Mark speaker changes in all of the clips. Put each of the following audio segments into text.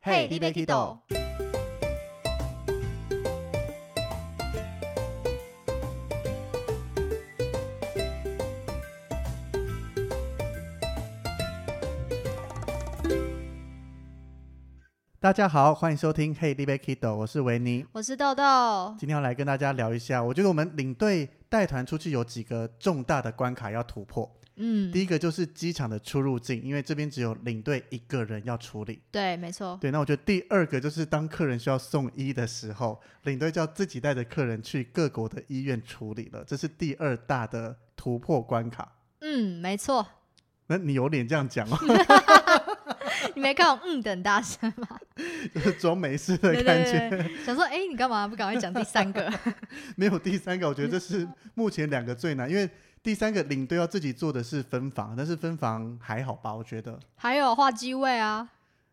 Speaker 1: 嘿你要去倒
Speaker 2: 大家好，欢迎收听《Hey, l i b e Kido》，我是维尼。
Speaker 1: 我是豆豆。
Speaker 2: 今天要来跟大家聊一下，我觉得我们领队带团出去有几个重大的关卡要突破。
Speaker 1: 嗯，
Speaker 2: 第一个就是机场的出入境，因为这边只有领队一个人要处理。
Speaker 1: 对，没错。
Speaker 2: 对，那我觉得第二个就是当客人需要送医的时候，领队就要自己带着客人去各国的医院处理了，这是第二大的突破关卡。
Speaker 1: 嗯，没错。
Speaker 2: 那你有脸这样讲哦，
Speaker 1: 你没看我嗯等大声吗？
Speaker 2: 就是装没事 的
Speaker 1: 对
Speaker 2: 感
Speaker 1: 对
Speaker 2: 觉。
Speaker 1: 对，对想说哎、你干嘛不赶快讲第三个？
Speaker 2: 没有第三个，我觉得这是目前两个最难，因为第三个领队要自己做的是分房，但是分房还好吧，我觉得
Speaker 1: 还有画机位啊，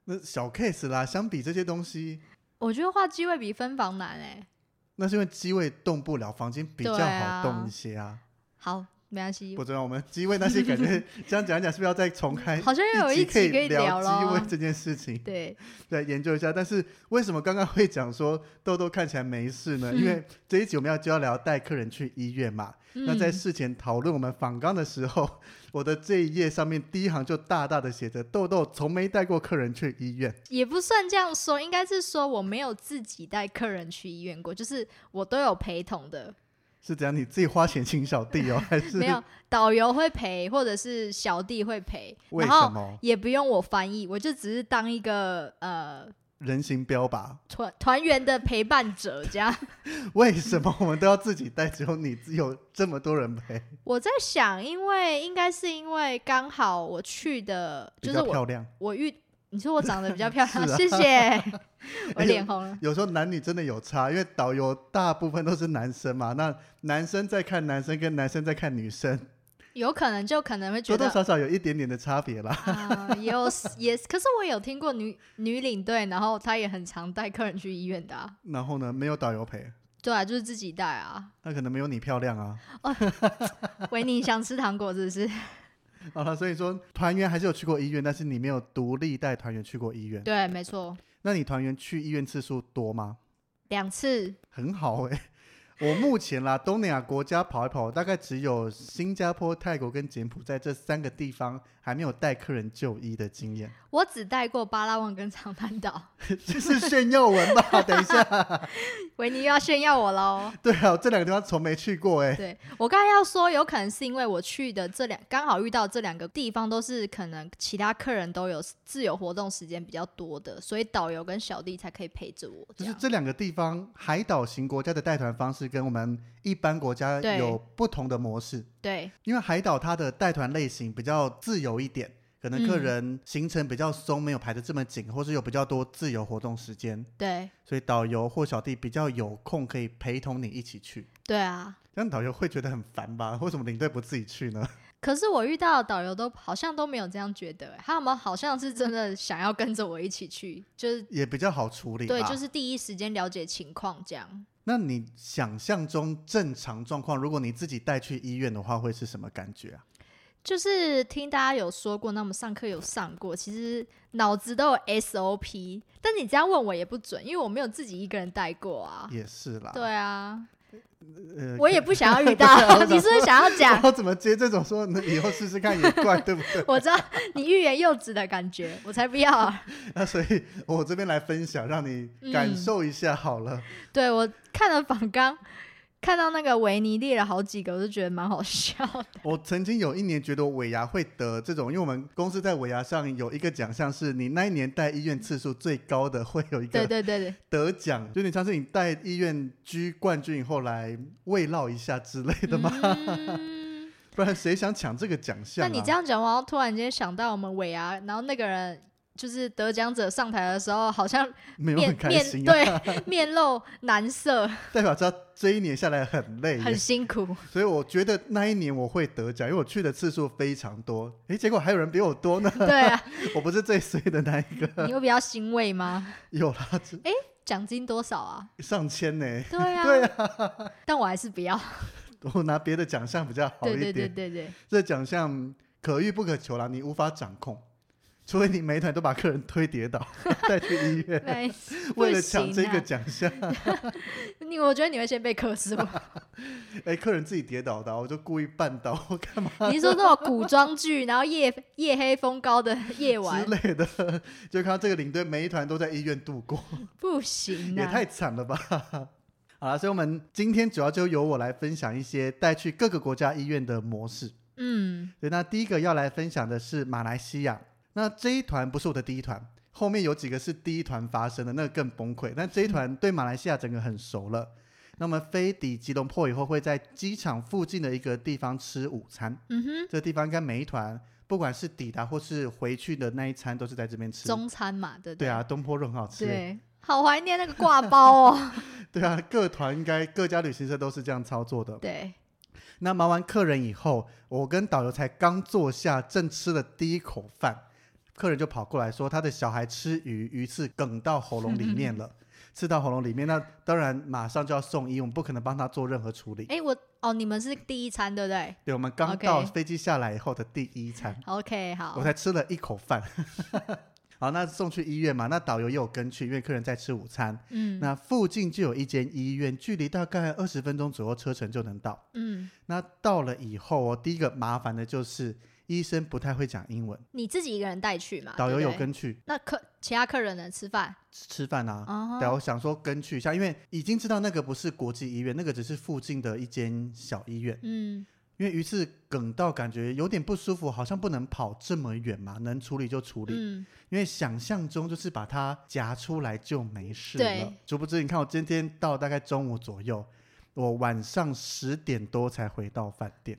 Speaker 2: 那小 case 啦，相比这些东西，
Speaker 1: 我觉得画机位比分房难哎、
Speaker 2: 那是因为机位动不了，房间比较
Speaker 1: 对啊
Speaker 2: 好动一些啊。
Speaker 1: 好，没关系
Speaker 2: 不，知道我们机位那些感觉，这样讲一讲是不是要再重 开？
Speaker 1: 好像又有
Speaker 2: 一集
Speaker 1: 集可
Speaker 2: 以
Speaker 1: 以
Speaker 2: 聊
Speaker 1: 了
Speaker 2: 机位
Speaker 1: 哦。
Speaker 2: 这件事情，
Speaker 1: 对，
Speaker 2: 来研究一下。但是为什么刚刚会讲说豆豆看起来没事呢？因为这一集我们要就要聊带客人去医院嘛， 那在
Speaker 1: 嗯、
Speaker 2: 事前讨论我们访纲的时候， 我的这一页上面第一行就大大的写着“豆豆从没带过客人去医院
Speaker 1: 也不算这样说，应该是说我没有自己带客人去医院过，就是我都有陪同的，”，
Speaker 2: 是怎样？你自己花钱请小弟哦， 还是
Speaker 1: 没有导游会陪，或者是小弟会陪，
Speaker 2: 为
Speaker 1: 然
Speaker 2: 什
Speaker 1: 后
Speaker 2: 么
Speaker 1: 也不用我翻译，我就只是当一个呃
Speaker 2: 人形标靶？
Speaker 1: 团团员的陪伴者这 样。
Speaker 2: 为什么我们都要自己带？只有你只有这么多人陪，
Speaker 1: 我在想，因为应该是因为刚好我去的，
Speaker 2: 比
Speaker 1: 就是
Speaker 2: 较
Speaker 1: 我
Speaker 2: 漂亮。
Speaker 1: 我遇你说我长得比较漂 亮，
Speaker 2: 是啊
Speaker 1: 谢谢，我
Speaker 2: 哎
Speaker 1: 脸红了。
Speaker 2: 有时候男女真的有差，因为导游大部分都是男生嘛，那男生在看男生跟男生在看女生，
Speaker 1: 有可能就可能会觉
Speaker 2: 多多
Speaker 1: 得
Speaker 2: 少少有一点点的差别啦。
Speaker 1: 啊、也有也，可是我有听过女女领队，然后她也很常带客人去医院的、啊，
Speaker 2: 然后呢，没有导游陪，
Speaker 1: 对啊，就是自己带啊。
Speaker 2: 那可能没有你漂亮啊。
Speaker 1: 维尼想吃糖果是 不是？
Speaker 2: 好了，所以说团员还是有去过医院，但是你没有独立带团员去过医院。
Speaker 1: 对，没错，
Speaker 2: 那你团员去医院次数多吗？
Speaker 1: 两次。
Speaker 2: 很好诶、我目前啦，东南亚国家跑一跑，大概只有新加坡、泰国跟柬埔寨这三个地方还没有带客人就医的经验，
Speaker 1: 我只带过巴拉望跟长滩岛，
Speaker 2: 这是炫耀文吧？等一下，
Speaker 1: 维尼又要炫耀我喽！
Speaker 2: 对啊，我这两个地方从没去过诶、欸
Speaker 1: 对我刚才要说，有可能是因为我去的这两刚好遇到这两个地方都是可能其他客人都有自由活动时间比较多的，所以导游跟小弟才可以陪着我这
Speaker 2: 就是
Speaker 1: 样。
Speaker 2: 这两个地方，海岛型国家的带团方式跟我们一般国家
Speaker 1: 对
Speaker 2: 有不同的模式。
Speaker 1: 对，
Speaker 2: 因为海岛它的带团类型比较自由一点，可能
Speaker 1: 嗯
Speaker 2: 客人行程比较松，没有排得这么紧，或是有比较多自由活动时间，
Speaker 1: 对，
Speaker 2: 所以导游或小弟比较有空可以陪同你一起去。
Speaker 1: 对啊。
Speaker 2: 这样导游会觉得很烦吧？为什么领队不自己去呢？
Speaker 1: 可是我遇到的导游都好像都没有这样觉得、欸，他们好像是真的想要跟着我一起去，就是
Speaker 2: 也比较好处理吧。
Speaker 1: 对，就是第一时间了解情况这样。
Speaker 2: 那你想象中正常状况，如果你自己带去医院的话，会是什么感觉啊？
Speaker 1: 就是听大家有说过，那我们上课有上过，其实脑子都有 SOP，但你这样问我也不准，因为我没有自己一个人带过啊。
Speaker 2: 也是啦。
Speaker 1: 对啊，
Speaker 2: 嗯呃
Speaker 1: 我也不想要遇
Speaker 2: 对 啊
Speaker 1: 到
Speaker 2: 我，
Speaker 1: 你是不是想要 讲？
Speaker 2: 我怎么接这种说呢？以后试试看也怪，对不对？
Speaker 1: 我知道你欲言又止的感觉，我才不要啊、
Speaker 2: 那所以我这边来分享，让你
Speaker 1: 嗯
Speaker 2: 感受一下好了。
Speaker 1: 对我看了访纲，看到那个维尼列了好几个，我就觉得蛮好笑的。
Speaker 2: 我曾经有一年觉得我尾牙会得这种，因为我们公司在尾牙上有一个奖项，是你那一年带医院次数最高的会有一
Speaker 1: 对
Speaker 2: 个
Speaker 1: 对 对对，
Speaker 2: 得奖，就有点像是你带医院居冠军以后来慰劳一下之类的嘛，
Speaker 1: 嗯，
Speaker 2: 不然谁想抢 这个奖项、
Speaker 1: 那
Speaker 2: 啊？
Speaker 1: 你这样讲，我好像突然间想到我们尾牙，然后那个人就是得奖者上台的时候，好像
Speaker 2: 没有很
Speaker 1: 面
Speaker 2: 开
Speaker 1: 面
Speaker 2: 心、啊，哎
Speaker 1: 对 面露难色，
Speaker 2: 代表他这一年下来很累耶，
Speaker 1: 很 辛苦。
Speaker 2: 所以我觉得那一年我会得奖，因为我去的次数非常多。诶，结果还有人比我多呢，
Speaker 1: 对啊，
Speaker 2: 我不是最衰的那一个。
Speaker 1: 你会比较欣慰吗？
Speaker 2: 有啦，这
Speaker 1: 奖金多少啊？
Speaker 2: 上千呢、
Speaker 1: 对啊，
Speaker 2: 对
Speaker 1: 啊， 但我还是不要。
Speaker 2: 我拿别的奖项比较好一点。
Speaker 1: 对对对对对，
Speaker 2: 这奖项可遇不可求啦，你无法掌控。除非你每一团都把客人推跌 倒带去医院，
Speaker 1: 没，
Speaker 2: 为了抢这个
Speaker 1: 不行
Speaker 2: 奖项，
Speaker 1: 啊，你我觉得你会先被克死吧？
Speaker 2: 哎，客人自己跌倒的啊，我就故意绊倒，我干嘛
Speaker 1: 你是说那种古装剧，然后夜夜黑风高的夜晚
Speaker 2: 之，类的，啊 就看到这个领队每一团都在医院度过，
Speaker 1: 不行
Speaker 2: 也
Speaker 1: 啊
Speaker 2: 太！惨了吧！ 好了，所以我们今天主要就由我来分享一些带去各个国家医院的模式。
Speaker 1: 嗯，
Speaker 2: 对，那第一个要来分享的是马来西亚。那这一团不是我的第一团，后面有几个是第一团发生的，那个更崩溃。但这一团对马来西亚整个很熟了。那么飞抵吉隆坡以后，会在机场附近的一个地方吃午餐。
Speaker 1: 嗯哼，
Speaker 2: 这地方应该每一团，不管是抵达或是回去的那一餐，都是在这边吃。
Speaker 1: 中餐嘛，对不
Speaker 2: 对啊，，东坡肉很好吃。
Speaker 1: 对，好怀念那个挂包哦。
Speaker 2: 对啊，各团应该各家旅行社都是这样操作的。
Speaker 1: 对，
Speaker 2: 那忙完客人以后，我跟导游才刚坐下，正吃了第一口饭，客人就跑过来说他的小孩吃鱼，鱼刺梗到喉咙里面 了，刺到喉咙里面，那当然马上就要送医，我们不可能帮他做任何处理。
Speaker 1: 哎，我哦，你们是第一餐对不对
Speaker 2: 对，我们刚
Speaker 1: OK
Speaker 2: 到飞机下来以后的第一餐，
Speaker 1: ？OK，好
Speaker 2: 我，才吃了一口饭。 好，那送去医院嘛，那导游也有跟去，因为客人在吃午餐。
Speaker 1: 嗯
Speaker 2: 那附近就有一间医院，距离大概二十分钟左右车程就能到。
Speaker 1: 嗯，
Speaker 2: 那到了以后哦，第一个麻烦的就是医生不太会讲英文，
Speaker 1: 你自己一个人带去嘛？
Speaker 2: 导游
Speaker 1: 啊对不
Speaker 2: 有
Speaker 1: 对
Speaker 2: 跟去
Speaker 1: 那客其他客人呢？吃饭
Speaker 2: 吃吃饭啊。
Speaker 1: 哦
Speaker 2: 导游想说跟去一啊下，因为已经知道那个不是国际医院，那个只是附近的一间小医院。
Speaker 1: 嗯，
Speaker 2: 因为鱼刺梗到感觉有点不舒服，好像不能跑这么远嘛，能处理就处理。
Speaker 1: 嗯，
Speaker 2: 因为想象中就是把它夹出来就没事了
Speaker 1: 对。
Speaker 2: 殊不知，你看我今天到大概中午左右，我晚上十点多才回到饭店。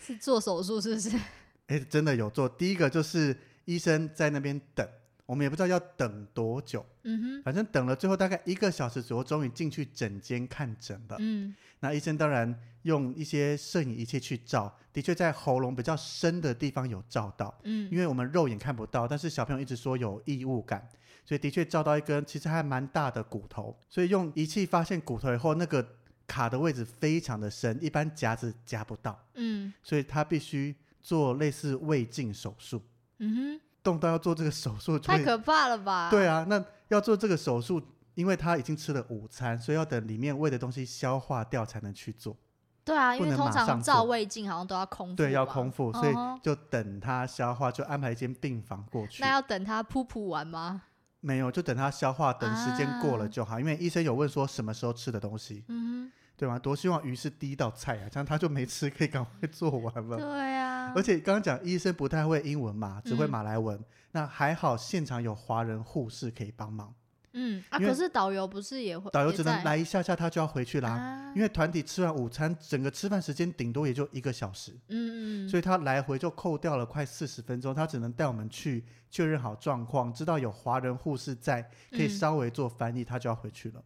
Speaker 1: 是做手术是不是？
Speaker 2: 哎，真的有做。第一个就是医生在那边等，我们也不知道要等多久，
Speaker 1: 嗯
Speaker 2: 反正等了最后大概一个小时左右，终于进去诊间看诊了
Speaker 1: 哼，。嗯，
Speaker 2: 那医生当然用一些摄影仪器去照，的确在喉咙比较深的地方有照到，
Speaker 1: 嗯，
Speaker 2: 因为我们肉眼看不到，但是小朋友一直说有异物感，所以的确照到一根其实还蛮大的骨头，所以用仪器发现骨头以后，那个卡的位置非常的深，一般夹子夹不到。
Speaker 1: 嗯，
Speaker 2: 所以他必须做类似胃镜手术，
Speaker 1: 嗯
Speaker 2: 动到要做这个手术
Speaker 1: 哼，，太
Speaker 2: 所以
Speaker 1: 可怕了吧？
Speaker 2: 对啊，那要做这个手术，因为他已经吃了午餐，所以要等里面胃的东西消化掉才能去做，
Speaker 1: 对啊，
Speaker 2: 不
Speaker 1: 因为
Speaker 2: 能
Speaker 1: 通
Speaker 2: 马上
Speaker 1: 常照
Speaker 2: 做
Speaker 1: 胃镜好像都要空腹，啊
Speaker 2: 对，要空。腹，所以
Speaker 1: 嗯哼
Speaker 2: 就等他消化，就安排一间病房过去
Speaker 1: 那。要等他噗噗完吗？
Speaker 2: 没有，就等他消化，等时间过了
Speaker 1: 啊
Speaker 2: 就好。因为医生有问说什么时候吃的东西，
Speaker 1: 嗯
Speaker 2: 对吗？多希望鱼是第一道菜啊，这样他就没吃，可以赶快做完
Speaker 1: 哼，
Speaker 2: 了。
Speaker 1: 对啊
Speaker 2: 而，且刚刚讲医生不太会英文嘛，只会
Speaker 1: 嗯
Speaker 2: 马来文。那还好现场有华人护士可以帮忙，
Speaker 1: 嗯啊，
Speaker 2: 因为
Speaker 1: 可是导游不是也会
Speaker 2: 导游
Speaker 1: 也
Speaker 2: 只能
Speaker 1: 在
Speaker 2: 来一下下，他就要回去啦。
Speaker 1: 啊？
Speaker 2: 因为团体吃完午餐，整个吃饭时间顶多也就一个小时，
Speaker 1: 嗯嗯，
Speaker 2: 所以他来回就扣掉了快四十分钟。他只能带我们去确认好状况，知道有华人护士在，可以
Speaker 1: 嗯
Speaker 2: 稍微做翻译，他就要回去了。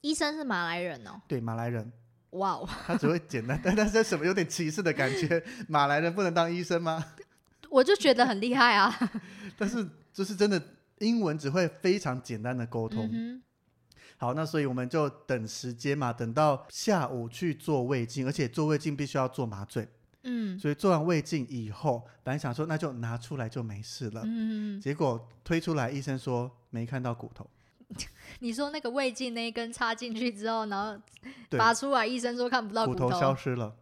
Speaker 1: 医生是马来人哦，
Speaker 2: 对马来人，
Speaker 1: 哇哦，
Speaker 2: 他只会简单， 但但是什么有点歧视的感觉？马来人不能当医生吗？
Speaker 1: 我就觉得很厉害啊。
Speaker 2: 但是就是真的英文只会非常简单的沟通。
Speaker 1: 嗯
Speaker 2: 好，那所以我们就等时间嘛，等到下午去做胃镜，而且做胃镜必须要做麻醉，
Speaker 1: 哼，嗯
Speaker 2: 所以做完胃镜以后，本来想说那就拿出来就没事了，
Speaker 1: 嗯，嗯
Speaker 2: 结果推出来医生说没看到骨头，
Speaker 1: 你说那个胃镜那一根插进去之后，然后
Speaker 2: 对
Speaker 1: 拔出来，医生说看不到
Speaker 2: 骨头消失了。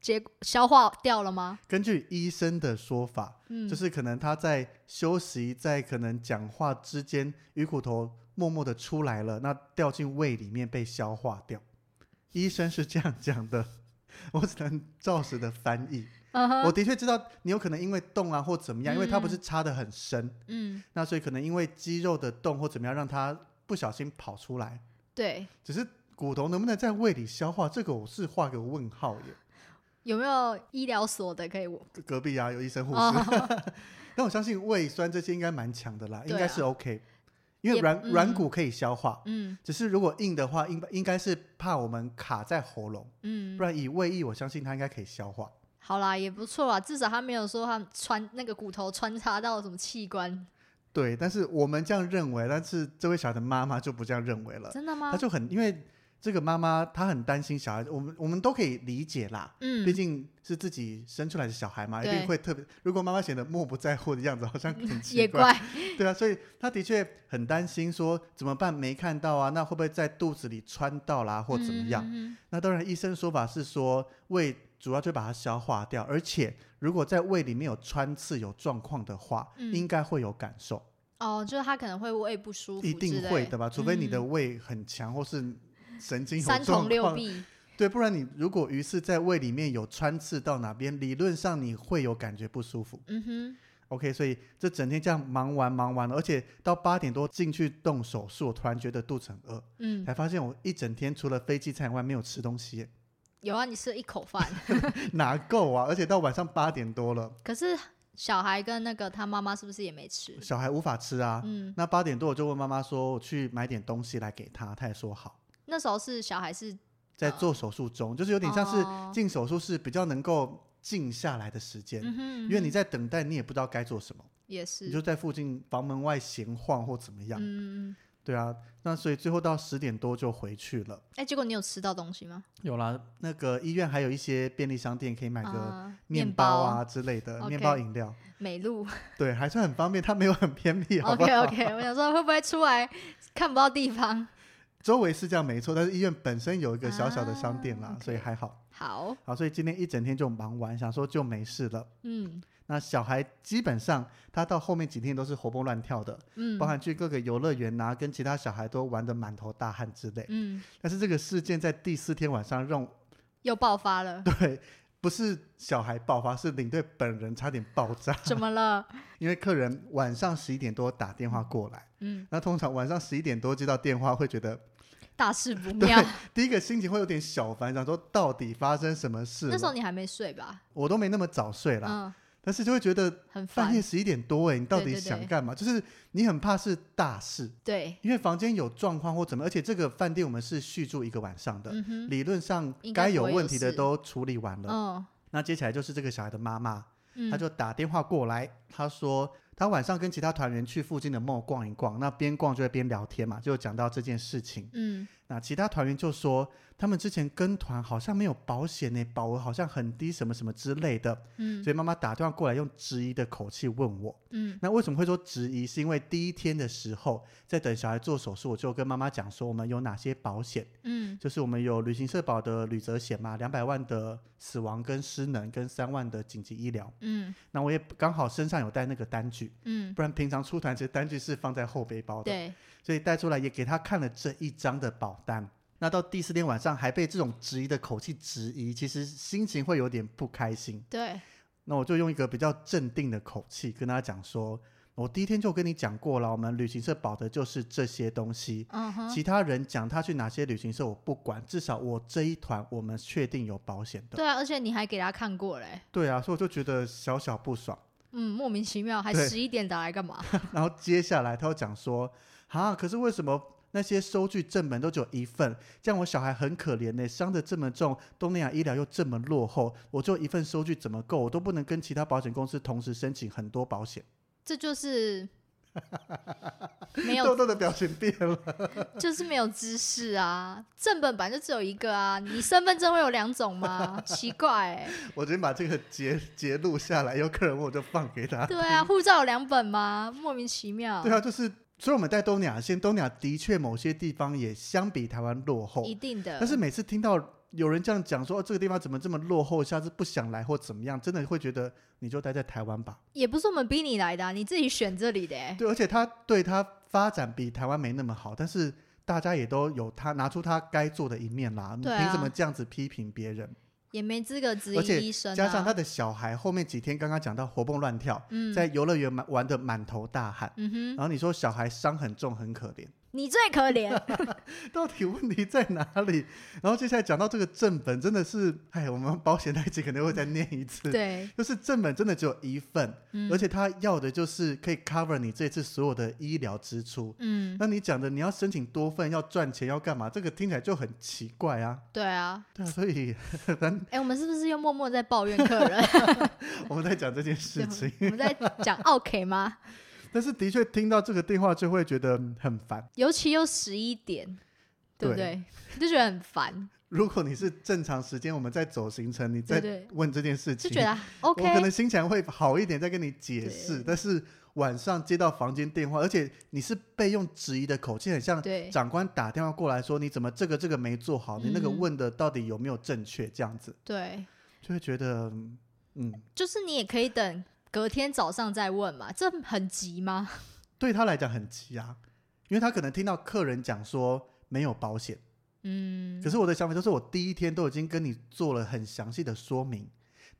Speaker 1: 结果消化掉了吗？
Speaker 2: 根据医生的说法，
Speaker 1: 嗯，
Speaker 2: 就是可能他在休息，在可能讲话之间，鱼骨头默默的出来了，那掉进胃里面被消化掉。医生是这样讲的， 我只能照实的翻译。
Speaker 1: 嗯哼
Speaker 2: 我的确知道你有可能因为动啊或怎么样，因为它不
Speaker 1: 嗯
Speaker 2: 是插的很深，
Speaker 1: 嗯，
Speaker 2: 那所以可能因为肌肉的动或怎么样，让它不小心跑出来。
Speaker 1: 对，
Speaker 2: 只是骨头能不能在胃里消化，这个我是画个问号耶。
Speaker 1: 有没有医疗所的可以我？
Speaker 2: 隔壁啊有医生护士，
Speaker 1: 哦
Speaker 2: 但我相信胃酸这些应该蛮强的啦，
Speaker 1: 对啊
Speaker 2: 应该是 OK，因为
Speaker 1: 也
Speaker 2: 软
Speaker 1: 嗯
Speaker 2: 软骨可以消化。
Speaker 1: 嗯
Speaker 2: 只是如果硬的话，应应该是怕我们卡在喉咙，
Speaker 1: 嗯
Speaker 2: 不，然以胃液，我相信它应该可以消化。
Speaker 1: 好啦，也不错啊，至少他没有说他穿那个骨头穿插到什么器官，
Speaker 2: 对，但是我们这样认为，但是这位小孩的妈妈就不这样认为了。
Speaker 1: 真的吗
Speaker 2: 呃他？就很因为这个妈妈她很担心小孩，我们我们都可以理解啦，
Speaker 1: 嗯
Speaker 2: 毕，竟是自己生出来的小孩嘛，一
Speaker 1: 对
Speaker 2: 定会特别。如果妈妈显得漠不在乎的样子，好像很奇
Speaker 1: 也
Speaker 2: 怪，
Speaker 1: 怪，
Speaker 2: 对啊，所以她的确很担心，说怎么办？没看到啊，那会不会在肚子里穿到啦，或怎么样？
Speaker 1: 嗯？嗯嗯
Speaker 2: 那当然，医生说法是说胃主要就把它消化掉，而且如果在胃里面有穿刺、有状况的话，
Speaker 1: 嗯
Speaker 2: 应该会有感受，
Speaker 1: 哦，就是他可能会胃不舒服之
Speaker 2: 一
Speaker 1: 类，
Speaker 2: 定会的吧？除非你的
Speaker 1: 嗯
Speaker 2: 胃很强，或是神经有
Speaker 1: 三
Speaker 2: 状
Speaker 1: 头六
Speaker 2: 况，
Speaker 1: 臂，
Speaker 2: 对，不然你如果鱼刺在胃里面有穿刺到哪边，理论上你会有感觉不舒服。
Speaker 1: 嗯哼，
Speaker 2: OK，所以这整天这样忙完忙完了，而且到八点多进去动手术，我突然觉得肚子很饿，
Speaker 1: 嗯，
Speaker 2: 才发现我一整天除了飞机餐以外没有吃东西耶，
Speaker 1: 有啊，你吃了一口饭，
Speaker 2: 哪够啊？而且到晚上八点多了。
Speaker 1: 可是小孩跟那个他妈妈是不是也没吃？
Speaker 2: 小孩无法吃啊。
Speaker 1: 嗯，
Speaker 2: 那八点多我就问妈妈说，我去买点东西来给他，她也说好。
Speaker 1: 那时候是小孩是
Speaker 2: 在做手术中，就是有点像是
Speaker 1: 哦
Speaker 2: 进手术室比较能够静下来的时间，
Speaker 1: 嗯哼，
Speaker 2: 因为你
Speaker 1: 嗯哼
Speaker 2: 在等待，你也不知道该做什么，
Speaker 1: 也
Speaker 2: 你
Speaker 1: 是，
Speaker 2: 就在附近房门外闲晃或怎么样。
Speaker 1: 嗯，
Speaker 2: 对啊，那所以最后到十点多就回去了。
Speaker 1: 哎、结果你有吃到东西吗？
Speaker 2: 有啦，那个医院还有一些便利商店可以买个
Speaker 1: 啊
Speaker 2: 面包
Speaker 1: 包
Speaker 2: 啊、之类的，
Speaker 1: OK
Speaker 2: 面包饮料，
Speaker 1: 美 露。
Speaker 2: 对，还算很方便，它没有很偏僻，好不好
Speaker 1: OK OK，我想说会不会出来看不到地方？
Speaker 2: 周围是这样没错，但是医院本身有一个小小的商店啦，
Speaker 1: 啊，OK
Speaker 2: 所以还好。
Speaker 1: 好，
Speaker 2: 好，所以今天一整天就忙完，想说就没事了。
Speaker 1: 嗯
Speaker 2: 那小孩基本上他到后面几天都是活蹦乱跳的，
Speaker 1: 嗯，
Speaker 2: 包含去各个游乐园啊，跟其他小孩都玩得满头大汗之类。
Speaker 1: 嗯
Speaker 2: 但是这个事件在第四天晚上让，
Speaker 1: 又爆发 了
Speaker 2: 对，不是小孩爆发，是领队本人差点爆炸，
Speaker 1: 怎么了？
Speaker 2: 因为客人晚上十一点多打电话过来，
Speaker 1: 嗯，
Speaker 2: 那通常晚上十一点多接到电话会觉得
Speaker 1: 大事不妙。
Speaker 2: 第一个心情会有点小烦，想说到底发生什么事了？
Speaker 1: 那时候你还没睡吧？
Speaker 2: 我都没那么早睡啦，
Speaker 1: 嗯，
Speaker 2: 但是就会觉得
Speaker 1: 很
Speaker 2: 半
Speaker 1: 烦
Speaker 2: 夜。十一点多哎、你到
Speaker 1: 对
Speaker 2: 底
Speaker 1: 对
Speaker 2: 想
Speaker 1: 对
Speaker 2: 干嘛？就是你很怕是大事，
Speaker 1: 对，
Speaker 2: 因为房间有状况或怎么，而且这个饭店我们是续住一个晚上的，
Speaker 1: 嗯哼，
Speaker 2: 理论上
Speaker 1: 应该
Speaker 2: 该
Speaker 1: 不
Speaker 2: 有
Speaker 1: 会有
Speaker 2: 问题的
Speaker 1: 事
Speaker 2: 都处理完了。
Speaker 1: 嗯
Speaker 2: 那接下来就是这个小孩的妈妈，
Speaker 1: 嗯，
Speaker 2: 她就打电话过来，她说她晚上跟其他团员去附近的 mall 逛一逛，那边逛就会边聊天嘛，就讲到这件事情。
Speaker 1: 嗯
Speaker 2: 那其他团员就说，他们之前跟团好像没有保险呢，保额好像很低，什么什么之类的。
Speaker 1: 嗯
Speaker 2: 所以妈妈打电话过来，用质疑的口气问我。
Speaker 1: 嗯
Speaker 2: 那为什么会说质疑？是因为第一天的时候，在等小孩做手术，我就跟妈妈讲说，我们有哪些保险，
Speaker 1: 嗯
Speaker 2: 就是我们有旅行社保的旅责险嘛，两百万的死亡跟失能，跟三万的紧急医疗。
Speaker 1: 嗯
Speaker 2: 那我也刚好身上有带那个单据，
Speaker 1: 嗯，
Speaker 2: 不然平常出团其实单据是放在后背包的。
Speaker 1: 对，
Speaker 2: 所以带出来也给他看了这一张的保单。那到第四天晚上还被这种质疑的口气质疑，其实心情会有点不开心。
Speaker 1: 对，
Speaker 2: 那我就用一个比较镇定的口气跟他讲说，我第一天就跟你讲过了，我们旅行社保的就是这些东西。
Speaker 1: 嗯哼，
Speaker 2: 其他人讲他去哪些旅行社我不管，至少我这一团我们确定有保险的。
Speaker 1: 对啊，而且你还给他看过嘞，
Speaker 2: 对啊，所以我就觉得小小不爽。
Speaker 1: 嗯，莫名其妙，还
Speaker 2: 对
Speaker 1: 十一点打来 干嘛？
Speaker 2: 然后接下来他又讲说，啊，可是为什么那些收据正本都只有一份？这样我小孩很可怜呢、伤得这么重，东南亚医疗又这么落后，我就一份收据怎么够？我都不能跟其他保险公司同时申请很多保险。
Speaker 1: 这就是 没有
Speaker 2: 豆豆的表情变了，
Speaker 1: 就是没有知识啊，正本版就只有一个啊，你身份证会有两种 吗？奇怪、欸，
Speaker 2: 我决定把这个截截录下来，有客人问我就放给他。
Speaker 1: 对啊，护照有两本吗？莫名其妙，
Speaker 2: 对啊，就是。所以我们在东南亚线，东南亚的确某些地方也相比台湾落后，
Speaker 1: 一定的。
Speaker 2: 但是每次听到有人这样讲说、哦、这个地方怎么这么落后，下次不想来或怎么样，真的会觉得你就待在台湾吧。
Speaker 1: 也不是我们逼你来的、啊，你自己选这里的、欸。
Speaker 2: 对，而且他对他发展比台湾没那么好，但是大家也都有他拿出他该做的一面啦。你
Speaker 1: 对啊
Speaker 2: 凭什么这样子批评别人？
Speaker 1: 也没资格质
Speaker 2: 而且
Speaker 1: 疑医生、啊。
Speaker 2: 加上他的小孩后面几天刚刚讲到活蹦乱跳，
Speaker 1: 嗯
Speaker 2: 在游乐园玩玩的满头大汗。
Speaker 1: 嗯哼，
Speaker 2: 然后你说小孩伤很重，很可怜，
Speaker 1: 你最可 怜。
Speaker 2: 到底问题在哪里？然后接下来讲到这个正本，真的是，哎，我们保险那一集可能会再念一次。
Speaker 1: 对，
Speaker 2: 就是正本真的只有一份，
Speaker 1: 嗯
Speaker 2: 而且他要的就是可以 cover 你这次所有的医疗支出。
Speaker 1: 嗯，
Speaker 2: 那你讲的你要申请多份，要赚钱，要干嘛？这个听起来就很奇怪啊。
Speaker 1: 对啊。
Speaker 2: 对啊，所 以咱
Speaker 1: 哎、我们是不是又默默在抱怨客人？
Speaker 2: 我们在讲这件事情，
Speaker 1: 我们在 讲 OK 吗？
Speaker 2: 但是的确听到这个电话就会觉得很烦。
Speaker 1: 尤其又十一点，对不对？就觉得很烦，
Speaker 2: 如果你是正常时间我们在走行程，你
Speaker 1: 对
Speaker 2: 在
Speaker 1: 对，
Speaker 2: 问这件事
Speaker 1: 就
Speaker 2: 情，
Speaker 1: 觉得啊
Speaker 2: 我可
Speaker 1: OK，
Speaker 2: 能心情会好一点，再跟你解释。
Speaker 1: 对
Speaker 2: 但是晚上接到房间电话，而且你是被用质疑的口气，很像
Speaker 1: 对
Speaker 2: 长官打电话过来说你怎么这个这个没做好，你那个
Speaker 1: 嗯
Speaker 2: 问的到底有没有正确？这样子
Speaker 1: 对，
Speaker 2: 就会觉得，嗯，
Speaker 1: 就是你也可以等隔天早上再问嘛，这很急吗？
Speaker 2: 对他来讲很急啊，因为他可能听到客人讲说没有保险，
Speaker 1: 嗯
Speaker 2: 可，是我的想法就是我第一天都已经跟你做了很详细的说明。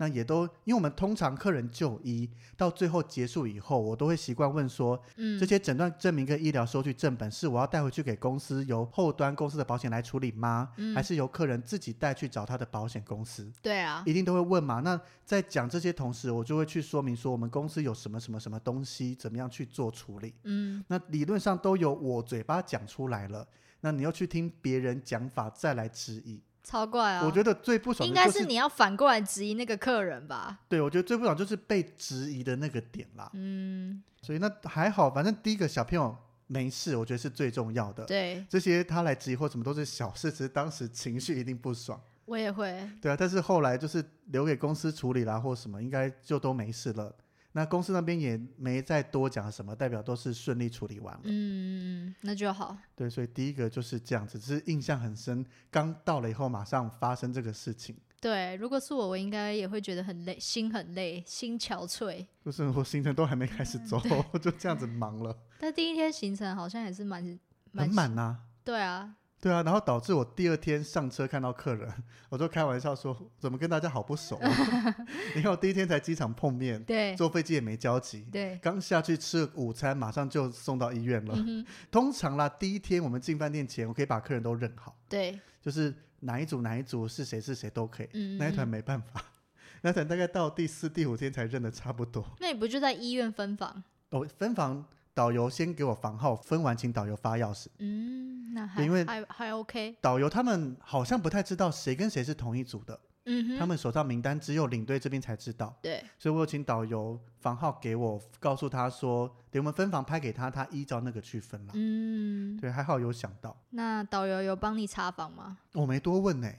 Speaker 2: 那也都，因为我们通常客人就医到最后结束以后，我都会习惯问说，
Speaker 1: 嗯
Speaker 2: 这，些诊断证明跟医疗收据正本是我要带回去给公司，由后端公司的保险来处理吗？
Speaker 1: 嗯
Speaker 2: 还是由客人自己带去找他的保险公司？
Speaker 1: 对啊，
Speaker 2: 一定都会问嘛。那在讲这些同时，我就会去说明说我们公司有什么什么什么东西，怎么样去做处理。
Speaker 1: 嗯，
Speaker 2: 那理论上都由我嘴巴讲出来了，那你要去听别人讲法再来质疑。
Speaker 1: 超怪啊！
Speaker 2: 我觉得最不爽
Speaker 1: 应
Speaker 2: 的
Speaker 1: 该
Speaker 2: 就是
Speaker 1: 你要反过来质疑那个客人吧？
Speaker 2: 对我觉得最不爽就是被质疑的那个点啦。
Speaker 1: 嗯，
Speaker 2: 所以那还好，反正第一个小朋友没事，我觉得是最重要的。
Speaker 1: 对，
Speaker 2: 这些他来质疑或什么都是小事，只是当时情绪一定不爽，
Speaker 1: 我也会，
Speaker 2: 对啊。但是后来就是留给公司处理啦，或什么应该就都没事了。那公司那边也没再多讲什么，代表都是顺利处理完了。
Speaker 1: 嗯，那就好。
Speaker 2: 对，所以第一个就是这样子，只是印象很深。刚到了以后，马上发生这个事情，
Speaker 1: 对，如果是我，我应该也会觉得很累，心很累，心憔悴。
Speaker 2: 就是我行程都还没开始走，
Speaker 1: 嗯
Speaker 2: 我 就这样子忙了，
Speaker 1: 但第一天行程好像也是蛮
Speaker 2: 很
Speaker 1: 蛮
Speaker 2: 满呐、
Speaker 1: 对啊，
Speaker 2: 对啊，然后导致我第二天上车看到客人，我就开玩笑说，怎么跟大家好不熟、啊？ 你看我第一天才机场碰面，
Speaker 1: 对
Speaker 2: 坐飞机也没交集，
Speaker 1: 对，
Speaker 2: 刚下去吃了午餐，马上就送到医院了。
Speaker 1: 嗯哼，
Speaker 2: 通常啦，第一天我们进饭店前，我可以把客人都认好，
Speaker 1: 对，
Speaker 2: 就是哪一组哪一组是谁是谁都可以。
Speaker 1: 嗯，
Speaker 2: 那一
Speaker 1: 嗯
Speaker 2: 团
Speaker 1: 嗯
Speaker 2: 没办法， 那一团大概到第四、第五天才认得差不多。
Speaker 1: 那你不就在医院分房？
Speaker 2: 哦，分房导游先给我房号，分完请导游发钥匙。
Speaker 1: 嗯，那还
Speaker 2: 因为
Speaker 1: 还还 OK，
Speaker 2: 导游他们好像不太知道谁跟谁是同一组的，
Speaker 1: 嗯哼，
Speaker 2: 他们手上名单只有领队这边才知道。
Speaker 1: 对，
Speaker 2: 所以我有请导游房号给我，告诉他说，等我们分房拍给他，他依照那个去分啦。
Speaker 1: 嗯，
Speaker 2: 对，还好有想到。
Speaker 1: 那导游有帮你查房吗
Speaker 2: 我没多问呢、
Speaker 1: 嗯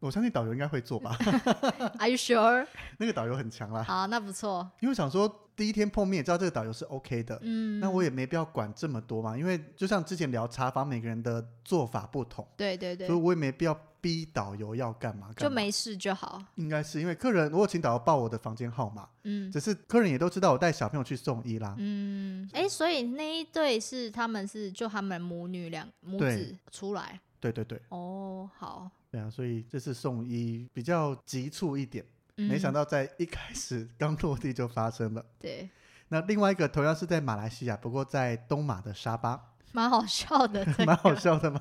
Speaker 2: 我相信导游应该会做 吧。
Speaker 1: ？Are you sure？
Speaker 2: 那个导游很强啦，
Speaker 1: 好，那不错，
Speaker 2: 因为我想说第一天碰面，也知道这个导游是 OK 的，
Speaker 1: 嗯，
Speaker 2: 那我也没必要管这么多嘛。因为就像之前聊茶房，每个人的做法不同，
Speaker 1: 对对对
Speaker 2: 所以，我也没必要逼导游要干嘛干
Speaker 1: 就
Speaker 2: 嘛。
Speaker 1: 没事就好，
Speaker 2: 应该是因为客人，我有请导游报我的房间号码，
Speaker 1: 嗯
Speaker 2: 只是客人也都知道我带小朋友去送医啦。
Speaker 1: 嗯，哎、所以那一对是他们是就他们母女两母
Speaker 2: 对
Speaker 1: 子出来
Speaker 2: 对对对，
Speaker 1: 哦，好，
Speaker 2: 对啊，所以这次送医比较急促一点，
Speaker 1: 嗯、
Speaker 2: 没想到在一开始刚落地就发生了。
Speaker 1: 对，
Speaker 2: 那另外一个同样是在马来西亚，不过在东马的沙巴，
Speaker 1: 蛮好笑的，这
Speaker 2: 蛮好
Speaker 1: 个
Speaker 2: 笑的吗？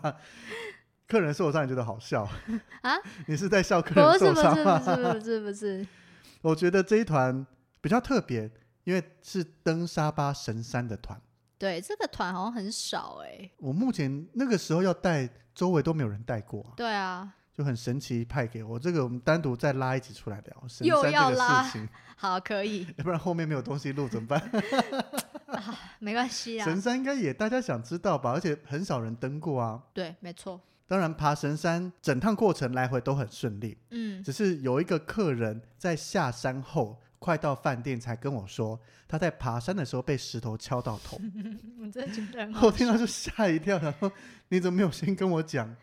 Speaker 2: 客人受伤你觉得好笑
Speaker 1: 啊？
Speaker 2: 你是在笑客
Speaker 1: 不
Speaker 2: 人
Speaker 1: 是
Speaker 2: 受
Speaker 1: 不
Speaker 2: 伤啊
Speaker 1: 是不
Speaker 2: 吗？
Speaker 1: 是不是不是，
Speaker 2: 我觉得这一团比较特别，因为是登沙巴神山的团。
Speaker 1: 对，这个团好像很少哎、
Speaker 2: 我目前那个时候要带，周围都没有人带过、啊，
Speaker 1: 对啊，
Speaker 2: 就很神奇派给我。这个我们单独再拉一集出来聊神
Speaker 1: 又
Speaker 2: 山
Speaker 1: 要
Speaker 2: 这个
Speaker 1: 拉
Speaker 2: 事情，
Speaker 1: 好，可以，
Speaker 2: 要不然后面没有东西录怎么 办？
Speaker 1: 没关系啊啦，
Speaker 2: 神山应该也大家想知道吧，而且很少人登过啊。
Speaker 1: 对，没错，
Speaker 2: 当然，爬神山整趟过程来回都很顺利，
Speaker 1: 嗯，
Speaker 2: 只是有一个客人在下山后，快到饭店才跟我说，他在爬山的时候被石头敲到 头。
Speaker 1: 我真的觉得很好
Speaker 2: 我听到就吓一跳，然后你怎么没有先跟我讲？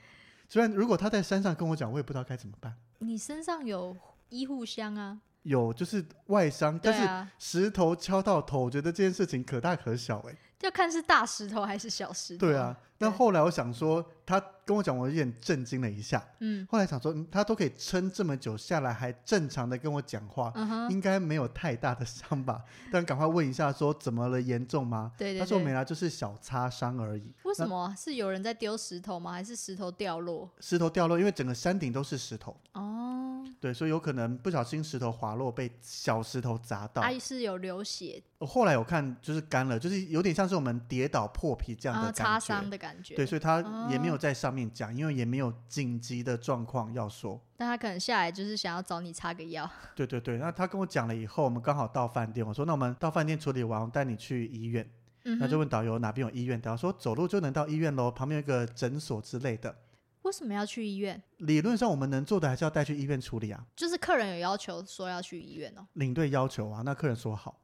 Speaker 2: 虽然如果他在山上跟我讲，我也不知道该怎么办。
Speaker 1: 你身上有医护箱啊？
Speaker 2: 有就是外伤，
Speaker 1: 对
Speaker 2: 但是
Speaker 1: 啊，
Speaker 2: 石头敲到头，我觉得这件事情可大可小哎、
Speaker 1: 要看是大石头还是小石头。
Speaker 2: 对啊，，那后来我想说，他跟我讲，我有点震惊了一下。
Speaker 1: 嗯
Speaker 2: 后来想说，嗯、他都可以撑这么久下来，还正常的跟我讲话，
Speaker 1: 嗯哼，
Speaker 2: 应该没有太大的伤吧？ 但赶快问一下，说怎么了？严重吗？
Speaker 1: 对对
Speaker 2: 他说没
Speaker 1: 对。
Speaker 2: 啦，就是小擦伤而已。
Speaker 1: 为什么啊、是有人在丢石头吗？还是石头掉落？
Speaker 2: 石头掉落，因为整个山顶都是石头，
Speaker 1: 哦，
Speaker 2: 对，所以有可能不小心石头滑落，被小石头砸到。
Speaker 1: 阿姨啊是有流血
Speaker 2: 我后来有看，就是干了，就是有点像是我们跌倒破皮这样
Speaker 1: 然后
Speaker 2: 的
Speaker 1: 啊擦
Speaker 2: 感
Speaker 1: 伤
Speaker 2: 觉。
Speaker 1: 的感觉。
Speaker 2: 对，所以他也没有在上面讲，因为也没有紧急的状况要 说。
Speaker 1: 但他可能下来就是想要找你擦个药。
Speaker 2: 对对对，那他跟我讲了以后，我们刚好到饭店，我说那我们到饭店处理完，我带你去医院。
Speaker 1: 嗯
Speaker 2: 那
Speaker 1: 哼，
Speaker 2: 就问导游哪边有医院，导游说走路就能到医院喽，旁边有一个诊所之类的。
Speaker 1: 为什么要去医院？
Speaker 2: 理论上我们能做的还是要带去医院处理啊，
Speaker 1: 就是客人有要求说要去医院哦。
Speaker 2: 领队要求啊，那客人说好，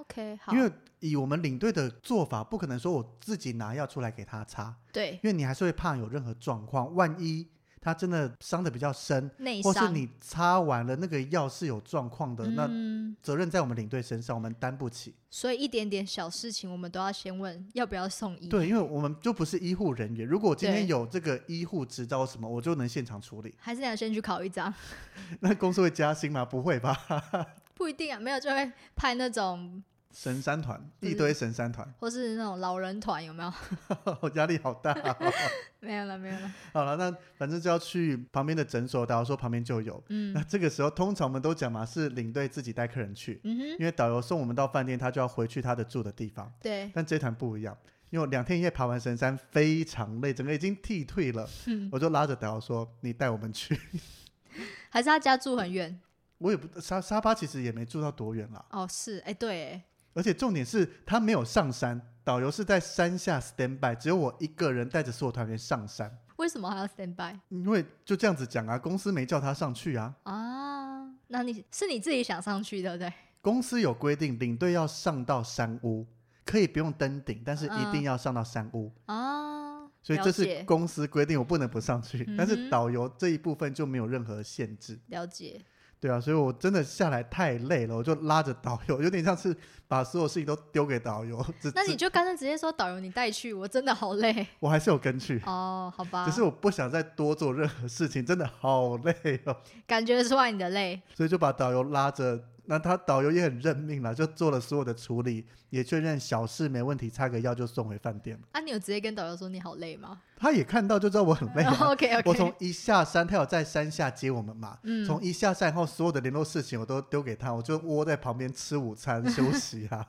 Speaker 1: OK，好，
Speaker 2: 因为以我们领队的做法，不可能说我自己拿药出来给他擦，
Speaker 1: 对
Speaker 2: 因为你还是会怕有任何状况，万一他真的伤的比较深，
Speaker 1: 内
Speaker 2: 或是
Speaker 1: 伤，
Speaker 2: 你擦完了那个药是有状况的，那
Speaker 1: 嗯，
Speaker 2: 责任在我们领队身上，我们担不起。
Speaker 1: 所以一点点小事情我们都要先问要不要送医。
Speaker 2: 对，因为我们就不是医护人员，如果我今天
Speaker 1: 对
Speaker 2: 有这个医护执照什么，我就能现场处理。
Speaker 1: 还是你要先去考一张？
Speaker 2: 那公司会加薪吗？不会吧？
Speaker 1: 不一定啊，没有就会派那种
Speaker 2: 神山团
Speaker 1: 不是
Speaker 2: 一堆神山 团，
Speaker 1: 或是那种老人团有没 有？
Speaker 2: 压力好大 哦、
Speaker 1: 没有了，没有了。
Speaker 2: 好了，那反正就要去旁边的诊所，导游说旁边就有。
Speaker 1: 嗯
Speaker 2: 那这个时候，通常我们都讲嘛，是领队自己带客人去，
Speaker 1: 嗯哼，
Speaker 2: 因为导游送我们到饭店，他就要回去他的住的地方。
Speaker 1: 对，
Speaker 2: 但这团不一样，因为我两天一夜爬完神山，非常累，整个已经剃退了。我就拉着导游说：“你带我们去。
Speaker 1: 还是他家住很远”
Speaker 2: 我也不沙沙巴其实也没住到多远啦，
Speaker 1: 哦，是，哎、对哎，
Speaker 2: 而且重点是他没有上山，导游是在山下 stand by，只有我一个人带着所有团员上山，
Speaker 1: 为什么还要 stand by
Speaker 2: 因为就这样子讲啊，公司没叫他上去啊。
Speaker 1: 啊？那你是你自己想上去的，对不对？
Speaker 2: 公司有规定，领队要上到山屋，可以不用登顶，但是一定要上到山屋。
Speaker 1: 啊，
Speaker 2: 所以
Speaker 1: 了
Speaker 2: 这是
Speaker 1: 解
Speaker 2: 公司规定，我不能不上去。但
Speaker 1: 嗯
Speaker 2: 是
Speaker 1: 哼
Speaker 2: 导游这一部分就没有任何限制，
Speaker 1: 了解，
Speaker 2: 对啊，所以我真的下来太累了，我就拉着导游，有点像是把所有事情都丢给导游。只
Speaker 1: 那你
Speaker 2: 只
Speaker 1: 就干脆直接说导游你带去，我真的好累
Speaker 2: 我还是有跟去，
Speaker 1: 哦，好吧
Speaker 2: 只，是我不想再多做任何事情，真的好累哦，
Speaker 1: 感觉出来你的累，
Speaker 2: 所以就把导游拉着。那他导游也很认命了，就做了所有的处理，也确认小事没问题，擦个药就送回饭店了。
Speaker 1: 啊，你有直接跟导游说你好累吗
Speaker 2: 他也看到就知道我很
Speaker 1: 哦
Speaker 2: 累、啊。
Speaker 1: ？OK OK，
Speaker 2: 我从一下山，他有在山下接我们嘛？
Speaker 1: 嗯
Speaker 2: 从一下山后，所有的联络事情我都丢给他，我就窝在旁边吃午餐休息 啊。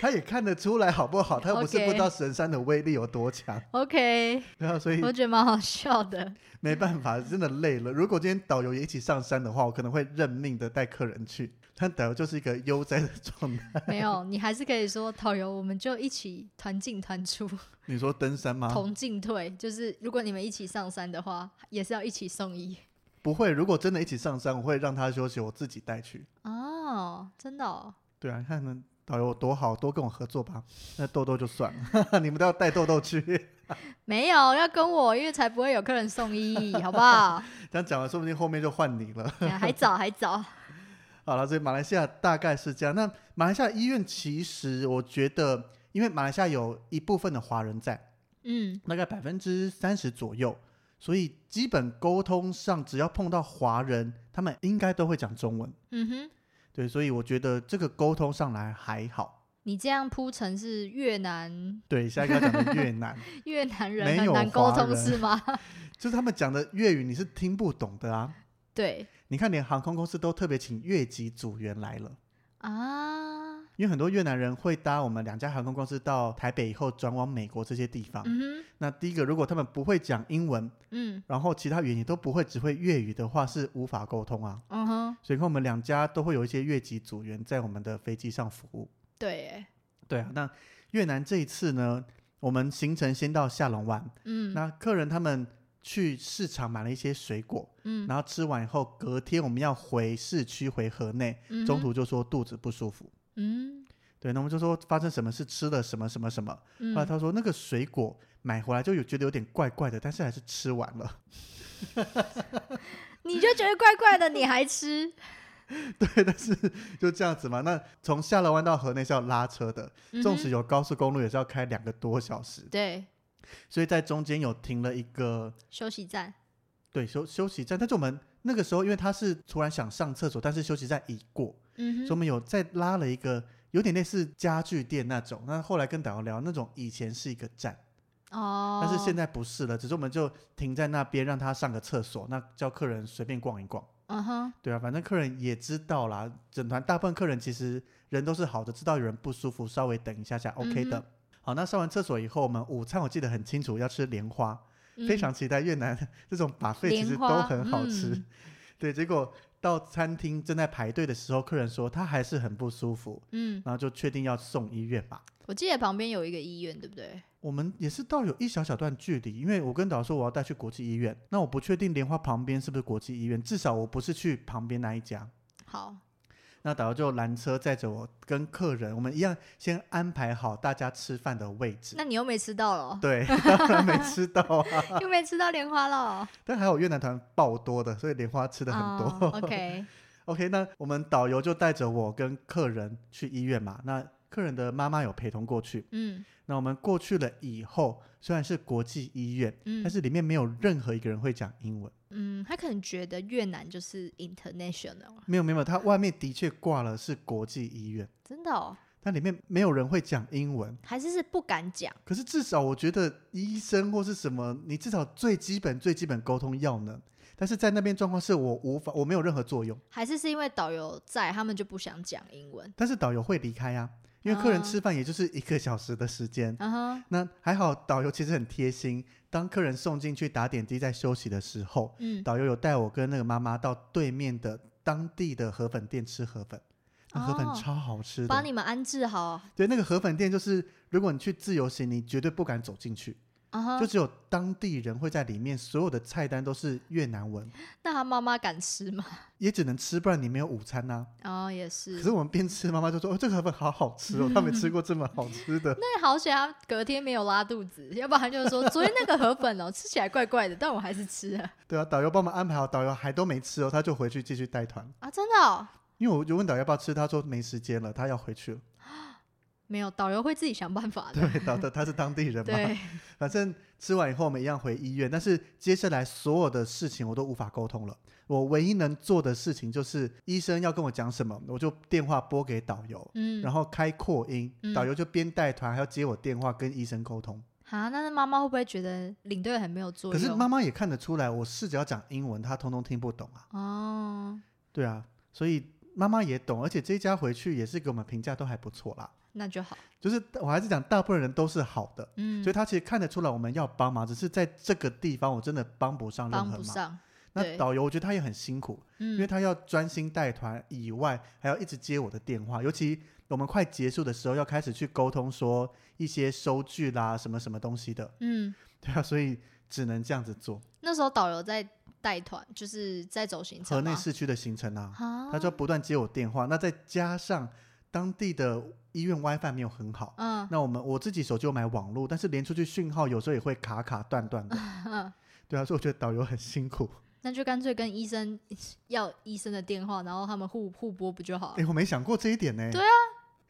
Speaker 2: 他也看得出来好不好？他又不是
Speaker 1: OK
Speaker 2: 不知道神山的威力有多强，
Speaker 1: OK，
Speaker 2: 对啊，所以
Speaker 1: 我觉得蛮好笑的。
Speaker 2: 没办法，真的累了。如果今天导游也一起上山的话，我可能会认命的带客人去。但导游就是一个悠哉的状态。
Speaker 1: 没有，你还是可以说导游，我们就一起团进团出，
Speaker 2: 你说登山吗？
Speaker 1: 同进退。就是如果你们一起上山的话，也是要一起送医。
Speaker 2: 不会，如果真的一起上山，我会让他休息，我自己带去。
Speaker 1: 哦，真的、哦，
Speaker 2: 对啊，你看呢，导游多好，多跟我合作吧。那豆豆就算了， 你们都要带豆豆去。
Speaker 1: 没有要跟我，因为才不会有客人 送医，好不好？
Speaker 2: 这样讲完，说不定后面就换你了。
Speaker 1: 哎呀还早，还早。
Speaker 2: 好了，所以马来西亚大概是这样。那马来西亚医院其实我觉得，因为马来西亚有一部分的华人在，
Speaker 1: 嗯，
Speaker 2: 大概百分之三十左右，所以基本沟通上，只要碰到华人，他们应该都会讲中文。
Speaker 1: 嗯哼，
Speaker 2: 对，所以我觉得这个沟通上来还好。
Speaker 1: 你这样铺成是越南
Speaker 2: 对，下一个要讲的越南，
Speaker 1: 越南
Speaker 2: 没
Speaker 1: 人很
Speaker 2: 有
Speaker 1: 难沟
Speaker 2: 华
Speaker 1: 通
Speaker 2: 人
Speaker 1: 是吗？
Speaker 2: 就是他们讲的粤语你是听不懂的啊。
Speaker 1: 对
Speaker 2: 你看，连航空公司都特别请越籍组员来了，
Speaker 1: 啊，
Speaker 2: 因为很多越南人会搭我们两家航空公司到台北以后转往美国这些地方。
Speaker 1: 嗯哼，
Speaker 2: 那第一个，如果他们不会讲英文，
Speaker 1: 嗯
Speaker 2: 然后其他语言也都不会，只会粤语的话，是无法沟通啊。
Speaker 1: 嗯哼，
Speaker 2: 所以，看我们两家都会有一些越籍组员在我们的飞机上服务。
Speaker 1: 对耶，
Speaker 2: 对啊，那越南这一次呢，我们行程先到下龙湾，
Speaker 1: 嗯
Speaker 2: 那客人他们去市场买了一些水果，
Speaker 1: 嗯，
Speaker 2: 然后吃完以后，隔天我们要回市区回河内，
Speaker 1: 嗯
Speaker 2: 中
Speaker 1: 哼
Speaker 2: 途就说肚子不舒服。
Speaker 1: 嗯
Speaker 2: 对，那我们就说发生什么事，吃了什么什么什么。
Speaker 1: 嗯
Speaker 2: 后来他说那个水果买回来就有觉得有点怪怪的，但是还是吃完了。
Speaker 1: 你就觉得怪怪的，你还吃？
Speaker 2: 对，但是就这样子嘛。那从下了湾到河内是要拉车的，纵使
Speaker 1: 嗯
Speaker 2: 有高速公路也是要开两个多小时
Speaker 1: 哼，对
Speaker 2: 所以在中间有停了一个
Speaker 1: 休息站，
Speaker 2: 对休休息站，但是我们。那个时候，因为他是突然想上厕所，但是休息站已过，所
Speaker 1: 嗯
Speaker 2: 以我
Speaker 1: 哼，
Speaker 2: 们有再拉了一个有点类似家具店那种。那后来跟导游聊，那种以前是一个站，
Speaker 1: 哦，
Speaker 2: 但是现在不是了，只是我们就停在那边让他上个厕所，那叫客人随便逛一逛。
Speaker 1: 嗯哼，
Speaker 2: 对啊，反正客人也知道啦，整团大部分客人其实人都是好的，知道有人不舒服，稍微等一下下，OK 的。
Speaker 1: 嗯
Speaker 2: 好，那上完厕所以后，我们午餐我记得很清楚，要吃莲花，
Speaker 1: 嗯
Speaker 2: 非常期待越南这 种把费其
Speaker 1: 莲
Speaker 2: 实都
Speaker 1: 花
Speaker 2: 很好吃。
Speaker 1: 嗯
Speaker 2: 对，结果到餐厅正在排队的时候，客人说他还是很不舒服，
Speaker 1: 嗯，
Speaker 2: 然后就确定要送医院吧。
Speaker 1: 我记得旁边有一个医院，对不对？
Speaker 2: 我们也是到有一小小段距离，因为我跟导游说我要带去国际医院，那我不确定莲花旁边是不是国际医院，至少我不是去旁边那一家。
Speaker 1: 好，
Speaker 2: 那导游就拦车载着我跟客人，我们一样先安排好大家吃饭的位置。
Speaker 1: 那你又没吃到了哦，
Speaker 2: 对， 当然没吃到啊，
Speaker 1: 又没吃到莲花了哦，
Speaker 2: 但还有越南团爆多的，所以莲花吃的很多。
Speaker 1: 哦 OK，
Speaker 2: OK，那我们导游就带着我跟客人去医院嘛，那客人的妈妈有陪同过去。
Speaker 1: 嗯
Speaker 2: 那我们过去了以后，虽然是国际医院，但
Speaker 1: 嗯
Speaker 2: 是里面没有任何一个人会讲英文。
Speaker 1: 嗯，他可能觉得越南就是 international，啊
Speaker 2: 没有没有，它外面的确挂了是国际医院，
Speaker 1: 真的哦，
Speaker 2: 但里面没有人会讲英文。
Speaker 1: 还是是不敢讲。
Speaker 2: 可是至少我觉得医生或是什么，你至少最基本最基本沟通要能。但是在那边状况是我无法，我没有任何作用。
Speaker 1: 还是是因为导游在，他们就不想讲英文。
Speaker 2: 但是导游会离开呀、因为客人
Speaker 1: 啊
Speaker 2: 吃饭也就是一个小时的时间。
Speaker 1: 嗯哼，
Speaker 2: 那还好，导游其实很贴心。当客人送进去打点滴在休息的时候，
Speaker 1: 嗯，
Speaker 2: 导游有带我跟那个妈妈到对面的当地的河粉店吃河粉，那河粉
Speaker 1: 哦
Speaker 2: 超好吃的。
Speaker 1: 把你们安置好。
Speaker 2: 对，那个河粉店就是，如果你去自由行，你绝对不敢走进去，
Speaker 1: 嗯哼，
Speaker 2: 就只有当地人会在里面，所有的菜单都是越南 文，
Speaker 1: 那他妈妈敢吃吗？
Speaker 2: 也只能吃，不然你没有午餐呐、啊
Speaker 1: 哦，也
Speaker 2: 可
Speaker 1: 是
Speaker 2: 是。我们边吃，妈妈就说：“哦，这个河粉好好吃哦，她没吃过这么好吃的。”
Speaker 1: 那好险，他隔天没有拉肚子，要不然就是说昨天那个河粉哦，吃起来怪怪的，但我还是吃了
Speaker 2: 对啊，导游帮忙安排好，导游还都没吃哦，他就回去继续带团。
Speaker 1: 啊，真的哦，
Speaker 2: 因为我就问导游要不要吃，他说没时间了，他要回去了。
Speaker 1: 没有，导游会自己想办法的。
Speaker 2: 对，导导他是当地 人嘛，
Speaker 1: 对，
Speaker 2: 反正吃完以后我们一样回医院，但是接下来所有的事情我都无法沟通了。我唯一能做的事情就是医生要跟我讲什么，我就电话拨给导游，
Speaker 1: 嗯，
Speaker 2: 然后开扩音，
Speaker 1: 嗯
Speaker 2: 导游就边带团还要接我电话跟医生沟通。
Speaker 1: 啊，那那妈妈会不会觉得领队很没有作
Speaker 2: 可
Speaker 1: 用？
Speaker 2: 是妈妈也看得出来，我试着要讲英文，她通通听不懂啊。
Speaker 1: 哦，
Speaker 2: 对啊，所以妈妈也懂，而且这一家回去也是给我们评价都还不错啦。
Speaker 1: 那就好。
Speaker 2: 就是我还是讲，大部分人都是好的，
Speaker 1: 嗯
Speaker 2: 所以，他其实看得出来我们要帮忙，只是在这个地方我真的帮不上任
Speaker 1: 帮
Speaker 2: 何
Speaker 1: 不
Speaker 2: 忙。
Speaker 1: 上。
Speaker 2: 那
Speaker 1: 对
Speaker 2: 导游我觉得他也很辛苦，因为
Speaker 1: 嗯，
Speaker 2: 他要专心带团以外，还要一直接我的电话，尤其我们快结束的时候要开始去沟通说一些收据啦什么什么东西的，
Speaker 1: 嗯，
Speaker 2: 对啊，所以只能这样子做。
Speaker 1: 那时候导游在带团，就是在走行程
Speaker 2: 河内
Speaker 1: 吗
Speaker 2: 市区的行程啊，
Speaker 1: 啊，
Speaker 2: 他就不断接我电
Speaker 1: 哦
Speaker 2: 话。那再加上当地的医院 WiFi 没有很好，
Speaker 1: 嗯
Speaker 2: 那我们我自己手机有买网络，但是连出去讯号有时候也会卡卡断断的。
Speaker 1: 嗯，
Speaker 2: 对啊，所以我觉得导游很辛苦。
Speaker 1: 那就干脆跟医生 要医生的电话，然后他们互互拨不就好
Speaker 2: 哎、
Speaker 1: 了？
Speaker 2: 我没想过这一点呢、
Speaker 1: 哦对
Speaker 2: 啊，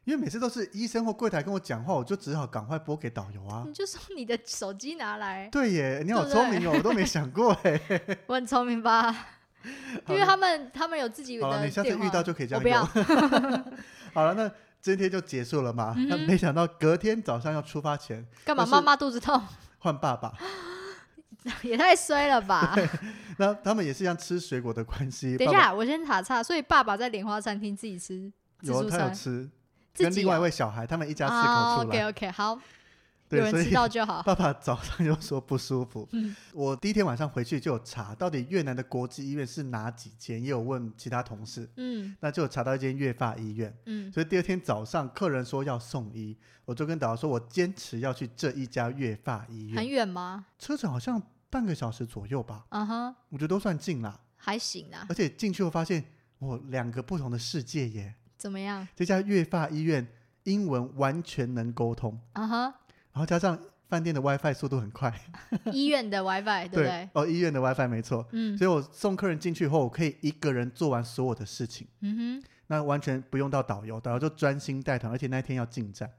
Speaker 2: 因为每次都是医生或柜台跟我讲话，我就只好赶快拨给导游啊。
Speaker 1: 你就说你的手机拿来，
Speaker 2: 对耶，你好
Speaker 1: 嗯对不
Speaker 2: 聪明哦，我都没想 过哎、
Speaker 1: 我很聪 明吧？因为
Speaker 2: 好
Speaker 1: 他们他们有自己
Speaker 2: 好了，
Speaker 1: 的
Speaker 2: 你下次
Speaker 1: 电话
Speaker 2: 遇到就可以这
Speaker 1: 我
Speaker 2: 样
Speaker 1: 不要
Speaker 2: 用。 好了，那今天就结束了嘛。
Speaker 1: 嗯
Speaker 2: 那 没想到隔天早上要出发前
Speaker 1: 干嘛？
Speaker 2: 就是
Speaker 1: 妈妈肚子痛，
Speaker 2: 换爸爸，
Speaker 1: 也太衰 了吧？
Speaker 2: 那他们也是一样吃水果的关系。
Speaker 1: 等一
Speaker 2: 爸爸
Speaker 1: 下，我先打岔。所以爸爸在莲花餐厅自己吃自
Speaker 2: 有
Speaker 1: 助
Speaker 2: 他有
Speaker 1: 餐，
Speaker 2: 吃，
Speaker 1: 自
Speaker 2: 跟
Speaker 1: 己
Speaker 2: 另外一
Speaker 1: 哦
Speaker 2: 位小孩，他们一家四
Speaker 1: 啊
Speaker 2: 口出来，
Speaker 1: OK OK，好，有
Speaker 2: 对，所
Speaker 1: 人知
Speaker 2: 以
Speaker 1: 道就好。
Speaker 2: 爸爸早上又说不舒服。
Speaker 1: 嗯
Speaker 2: 我第一天晚上回去就有查到底越南的国际医院是哪几间，也有问其他同事，
Speaker 1: 嗯
Speaker 2: 那就有查到一间越发医院。
Speaker 1: 嗯，
Speaker 2: 所以第二天早上，客人说要送医，我就跟导游说，我坚持要去这一家越发医
Speaker 1: 很
Speaker 2: 院，
Speaker 1: 远吗？
Speaker 2: 车程好像半个小时左右吧，
Speaker 1: 嗯哼，
Speaker 2: 我觉得都算近啦。
Speaker 1: 还行啊。
Speaker 2: 而且进去我发现，我两个不同的世界耶。
Speaker 1: 怎么样？
Speaker 2: 这家越发医院英文完全能沟通，
Speaker 1: 嗯哼，
Speaker 2: 然后加上饭店的 WiFi 速度很快，
Speaker 1: 医院的 WiFi 对不对？
Speaker 2: 哦，医院的 WiFi 没错。
Speaker 1: 嗯
Speaker 2: 所以我送客人进去后，我可以一个人做完所有的事情，
Speaker 1: 嗯
Speaker 2: 那完全不用到导游，导游就专心带团，而且那一天要进站。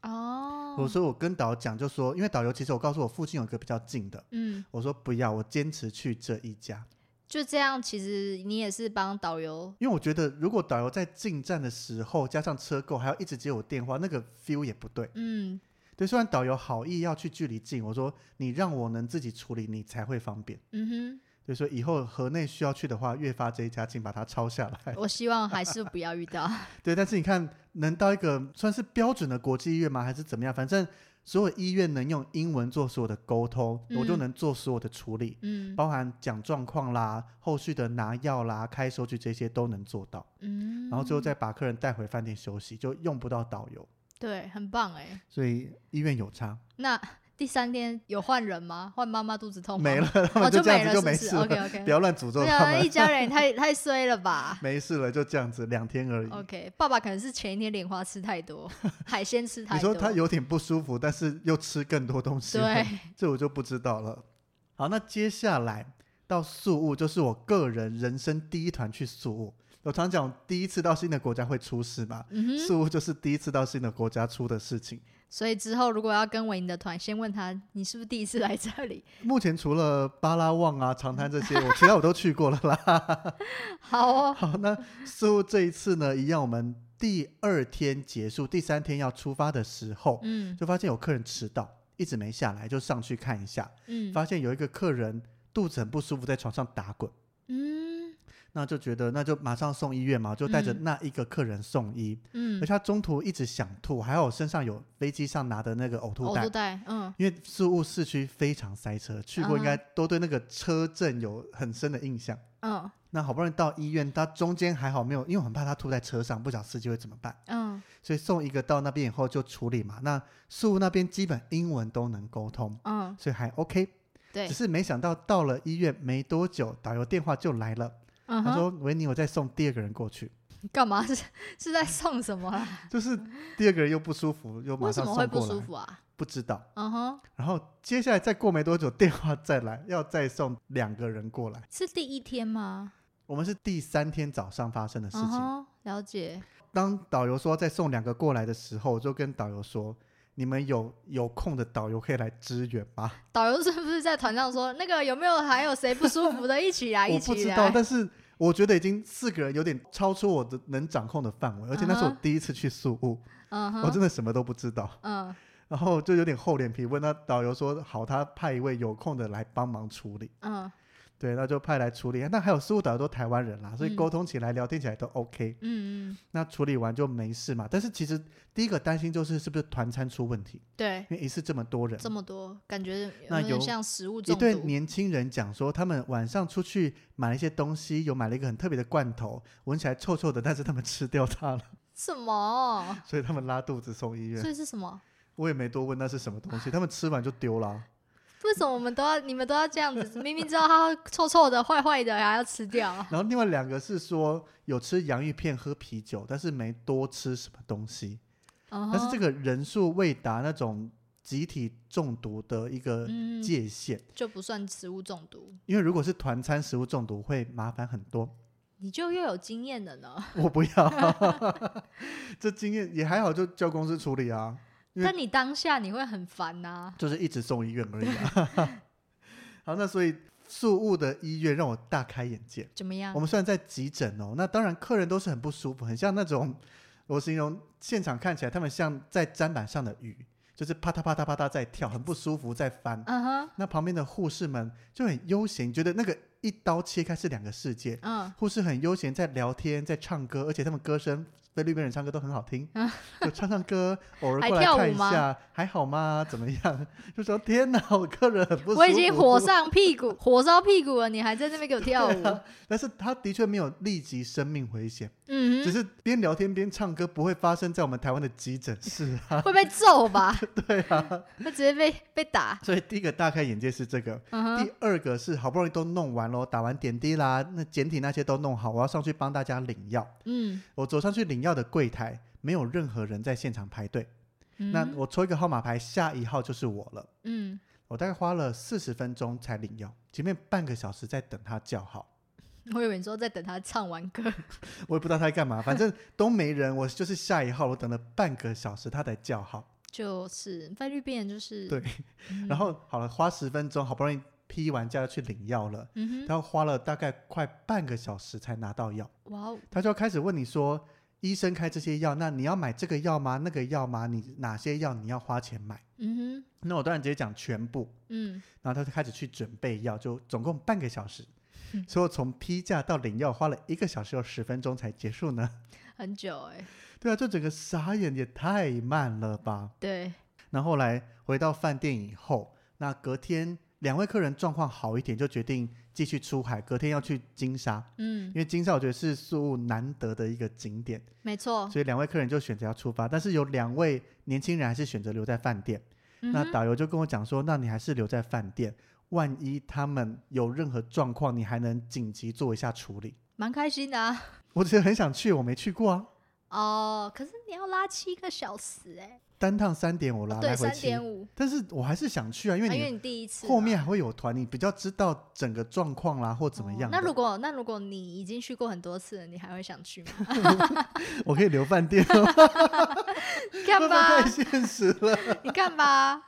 Speaker 1: 哼，哦，
Speaker 2: 我说我跟导游讲，就说因为导游其实我告诉我附近有一个比较近的，
Speaker 1: 嗯，
Speaker 2: 我说不要，我坚持去这一家，
Speaker 1: 就这样，其实你也是帮导游，
Speaker 2: 因为我觉得如果导游在进站的时候加上车购还要一直接我电话，那个 feel 也不对。
Speaker 1: 嗯，
Speaker 2: 对，虽然导游好意要去距离近，我说你让我能自己处理，你才会方便。
Speaker 1: 嗯
Speaker 2: 对，所以以后河内需要去的话，越发这一家请把它抄下来
Speaker 1: 哼，。我希望还是不要遇到，
Speaker 2: 对，但是你看，能到一个算是标准的国际医院吗？还是怎么样？反正所有医院能用英文做所有的沟通，我就
Speaker 1: 嗯
Speaker 2: 能做所有的处理，
Speaker 1: 嗯
Speaker 2: 包含讲状况啦、后续的拿药啦、开收据这些都能做到。
Speaker 1: 嗯，
Speaker 2: 然后最后再把客人带回饭店休息，就用不到导游。
Speaker 1: 对，很棒哎、
Speaker 2: 所以医院有差，
Speaker 1: 那第三天有换人吗？换妈妈肚子痛吗
Speaker 2: 没了，，他
Speaker 1: 哦，
Speaker 2: 们就这
Speaker 1: 没
Speaker 2: 样子
Speaker 1: 了是
Speaker 2: 就
Speaker 1: 不
Speaker 2: 没
Speaker 1: 是
Speaker 2: 事了，
Speaker 1: OK OK，
Speaker 2: 不要乱诅咒
Speaker 1: 对
Speaker 2: 他
Speaker 1: 啊，一
Speaker 2: 们，
Speaker 1: 家人 也太太衰了吧
Speaker 2: 没事了，就这样子，两天而已。
Speaker 1: ？OK，爸爸可能是前一天莲花吃太多，海鲜吃太
Speaker 2: 你
Speaker 1: 多。
Speaker 2: 说他有点不舒服，但是又吃更多东西，
Speaker 1: 对，
Speaker 2: 这我就不知道了。好，那接下来到宿务，就是我个人人生第一团去宿务。我常讲，第一次到新的国家会出事嘛，
Speaker 1: 嗯哼，
Speaker 2: 宿务就是第一次到新的国家出的事情。
Speaker 1: 所以之后如果要跟维尼的团，先问他你是不是第一次来这里？
Speaker 2: 目前除了巴拉望啊、长滩这些，我其他我都去过了啦。
Speaker 1: 好哦，
Speaker 2: 好，那宿务这一次呢，一样，我们第二天结束，第三天要出发的时候，
Speaker 1: 嗯
Speaker 2: 就发现有客人迟到，一直没下来，就上去看一下，
Speaker 1: 嗯
Speaker 2: 发现有一个客人肚子很不舒服，在床上打滚。
Speaker 1: 嗯
Speaker 2: 那就觉得那就马上送医院嘛，就带着
Speaker 1: 嗯
Speaker 2: 那一个客人送医，而且
Speaker 1: 嗯，
Speaker 2: 他中途一直想吐，还好我身上有飞机上拿的那个呕吐
Speaker 1: 呕
Speaker 2: 袋
Speaker 1: 吐，袋，嗯
Speaker 2: 因为宿务市区非常塞车，去过应该
Speaker 1: 嗯
Speaker 2: 都对那个车阵有很深的印象。
Speaker 1: 嗯
Speaker 2: 那好不容易到医院，他中间还好没有，因为我很怕他吐在车上，不晓得司机会怎么办，
Speaker 1: 嗯，
Speaker 2: 所以送一个到那边以后就处理嘛。那宿务那边基本英文都能沟通，
Speaker 1: 嗯，
Speaker 2: 所以还 OK。
Speaker 1: 对
Speaker 2: 只，是没想到到了医院没多久，导游电话就来了，
Speaker 1: 嗯
Speaker 2: 他
Speaker 1: 哼，
Speaker 2: 说：“维尼，我再送第二个人过去。”
Speaker 1: 干嘛 是是在送什么啦？
Speaker 2: 就是第二个人又不舒服，又马
Speaker 1: 为什
Speaker 2: 上
Speaker 1: 么会
Speaker 2: 送
Speaker 1: 不
Speaker 2: 过
Speaker 1: 舒
Speaker 2: 来，
Speaker 1: 服啊？
Speaker 2: 不知道。
Speaker 1: 嗯哼，
Speaker 2: 然后接下来再过没多久，电话再来，要再送两个人过来。
Speaker 1: 是第一天吗？
Speaker 2: 我们是第三天早上发生的事
Speaker 1: 嗯
Speaker 2: 情。
Speaker 1: 哼，了解，
Speaker 2: 当导游说再送两个过来的时候，我就跟导游说：“你们有有空的导游可以来支援吗
Speaker 1: 导游是不是在团上说那个有没有还有谁不舒服的，一起？”来，一
Speaker 2: 我不
Speaker 1: 起
Speaker 2: 知道，
Speaker 1: 来。
Speaker 2: 但是我觉得已经四个人有点超出我的能掌控的范围，而且那是我
Speaker 1: 嗯哼
Speaker 2: 第一次去宿务，
Speaker 1: 嗯
Speaker 2: 我
Speaker 1: 哼，
Speaker 2: 真的什么都不知道。
Speaker 1: 嗯，
Speaker 2: 然后就有点厚脸皮问他导游说：“好，他派一位有空的来帮忙处理。”
Speaker 1: 嗯
Speaker 2: 对，那就派来处理。那还有事务导游都台湾人啦，所以
Speaker 1: 嗯
Speaker 2: 沟通起来、聊天起来都 OK。
Speaker 1: 嗯嗯，
Speaker 2: 那处理完就没事嘛。但是其实第一个担心就是是不是团餐出问题，
Speaker 1: 对，
Speaker 2: 因为一次这么多人
Speaker 1: 这，么多感觉有
Speaker 2: 那
Speaker 1: 点
Speaker 2: 有
Speaker 1: 像食物
Speaker 2: 一
Speaker 1: 中
Speaker 2: 对
Speaker 1: 毒。
Speaker 2: 年轻人讲说他们晚上出去买了一些东西，有买了一个很特别的罐头，闻起来臭臭的，但是他们吃掉它了，
Speaker 1: 什么？
Speaker 2: 所以他们拉肚子送医院
Speaker 1: 所。以是什么？
Speaker 2: 我也没多问那是什么东西，他们吃完就丢了啊、
Speaker 1: 为什么我们都要你们都要这样子？ 明明知道它臭臭的、坏坏的，还要吃掉？
Speaker 2: 然后另外两个是说有吃洋芋片、喝啤酒，但是没多吃什么东西。
Speaker 1: 嗯
Speaker 2: 但是这
Speaker 1: 哼，
Speaker 2: 个人数未达那种集体中毒的一个
Speaker 1: 嗯，
Speaker 2: 界限，
Speaker 1: 就不算食物中毒，
Speaker 2: 因为如果是团餐食物中毒会麻烦很多。
Speaker 1: 你就又有经验了呢。
Speaker 2: 我不要， 这经验也还好，就叫公司处理啊，因为
Speaker 1: 但你当下你会很烦呐、
Speaker 2: 就是一直送医院而已、啊。 好，那所以宿务的医院让我大开眼界。
Speaker 1: 怎么样
Speaker 2: 我？们虽然在急诊哦，那当然客人都是很不舒服，很像那种我形容现场看起来他们像在砧板上的鱼，就是啪嗒啪嗒啪嗒在跳，很不舒服，在翻。
Speaker 1: 嗯哼，
Speaker 2: 那旁边的护士们就很悠闲，觉得那个一刀切开是两个世界。
Speaker 1: 嗯，
Speaker 2: 护士很悠闲，在聊天，在唱歌，而且他们歌声，菲律宾人唱歌都很好听，就唱唱 歌，偶尔
Speaker 1: 啊还
Speaker 2: 过来
Speaker 1: 跳舞
Speaker 2: 看一
Speaker 1: 吗
Speaker 2: 下，还好吗？怎么样？ 就说天哪，我个人很不舒服，
Speaker 1: 我已经火上屁股，火烧屁股了，你还在那边给 我跳舞？
Speaker 2: 但是他的确没有立即生命危险，
Speaker 1: 嗯
Speaker 2: 只
Speaker 1: 哼，
Speaker 2: 是边聊天边唱歌，不会发生在我们台湾的急诊 室啊。
Speaker 1: 会被 揍吧？对啊，那直接被被打。
Speaker 2: 所以第一个大开眼界是这个，
Speaker 1: 嗯哼，
Speaker 2: 第二个是好不容易都弄完咯，打完点滴啦，那简体那些都弄好，我要上去帮大家领药。
Speaker 1: 嗯，
Speaker 2: 我走上去领药的柜台，没有任何人在现场排队。
Speaker 1: 嗯
Speaker 2: 那我抽一个号码牌，下一号就是我了。
Speaker 1: 嗯，
Speaker 2: 我大概花了四十分钟才领药，前面半个小时在等他叫号，
Speaker 1: 我以为你说在等他唱完歌。
Speaker 2: 我也不知道他在干嘛，反正都没人，我就是下一号，我等了半个小时他才叫号。
Speaker 1: 就是菲律宾人，就是
Speaker 2: 对，
Speaker 1: 嗯
Speaker 2: 然后好了，花十分钟，好不容易批完假去领药了，
Speaker 1: 嗯哼，
Speaker 2: 他花了大概快半个小时才拿到药。
Speaker 1: 哇哦，
Speaker 2: 他就要开始问你说，医生开这些药，那你要买这个药吗？那个药吗？你哪些药你要花钱买？
Speaker 1: 嗯
Speaker 2: 那我当然直接讲全部，
Speaker 1: 哼，嗯，
Speaker 2: 然后他就开始去准备药，就总共半个小时，所以我从批价到领药花了一个小时又十分钟才结束呢。
Speaker 1: 很久哎、
Speaker 2: 对啊，这整个傻眼也太慢了吧！
Speaker 1: 对，
Speaker 2: 然后后来回到饭店以后，那隔天两位客人状况好一点，就决定继续出海，隔天要去金沙，
Speaker 1: 嗯
Speaker 2: 因，为金沙我觉得是宿务难得的一个景点，
Speaker 1: 没错，
Speaker 2: 所以两位客人就选择要出发，但是有两位年轻人还是选择留在饭店。
Speaker 1: 嗯
Speaker 2: 那
Speaker 1: 哼
Speaker 2: 导游就跟我讲说，那你还是留在饭店，万一他们有任何状况，你还能紧急做一下处理。
Speaker 1: 蛮开心的啊。
Speaker 2: 我只是很想去，我没去过啊。
Speaker 1: 哦，可是你要拉七个小时哎、
Speaker 2: 单趟三点我拉
Speaker 1: 哦对，
Speaker 2: 来回
Speaker 1: 三
Speaker 2: 七，
Speaker 1: 点五，
Speaker 2: 但是我还是想去啊，因
Speaker 1: 啊
Speaker 2: 为
Speaker 1: 因
Speaker 2: 你
Speaker 1: 为你第一次
Speaker 2: 后
Speaker 1: 嘛
Speaker 2: 面还会有团，你比较知道整个状况啦，或怎么
Speaker 1: 哦
Speaker 2: 样的、
Speaker 1: 那如果那如果你已经去过很多次了，你还会想 去吗？
Speaker 2: 我可以留饭 店，
Speaker 1: 你
Speaker 2: 会
Speaker 1: 看
Speaker 2: 不会
Speaker 1: 吧
Speaker 2: 太，现实了？
Speaker 1: 你看吧，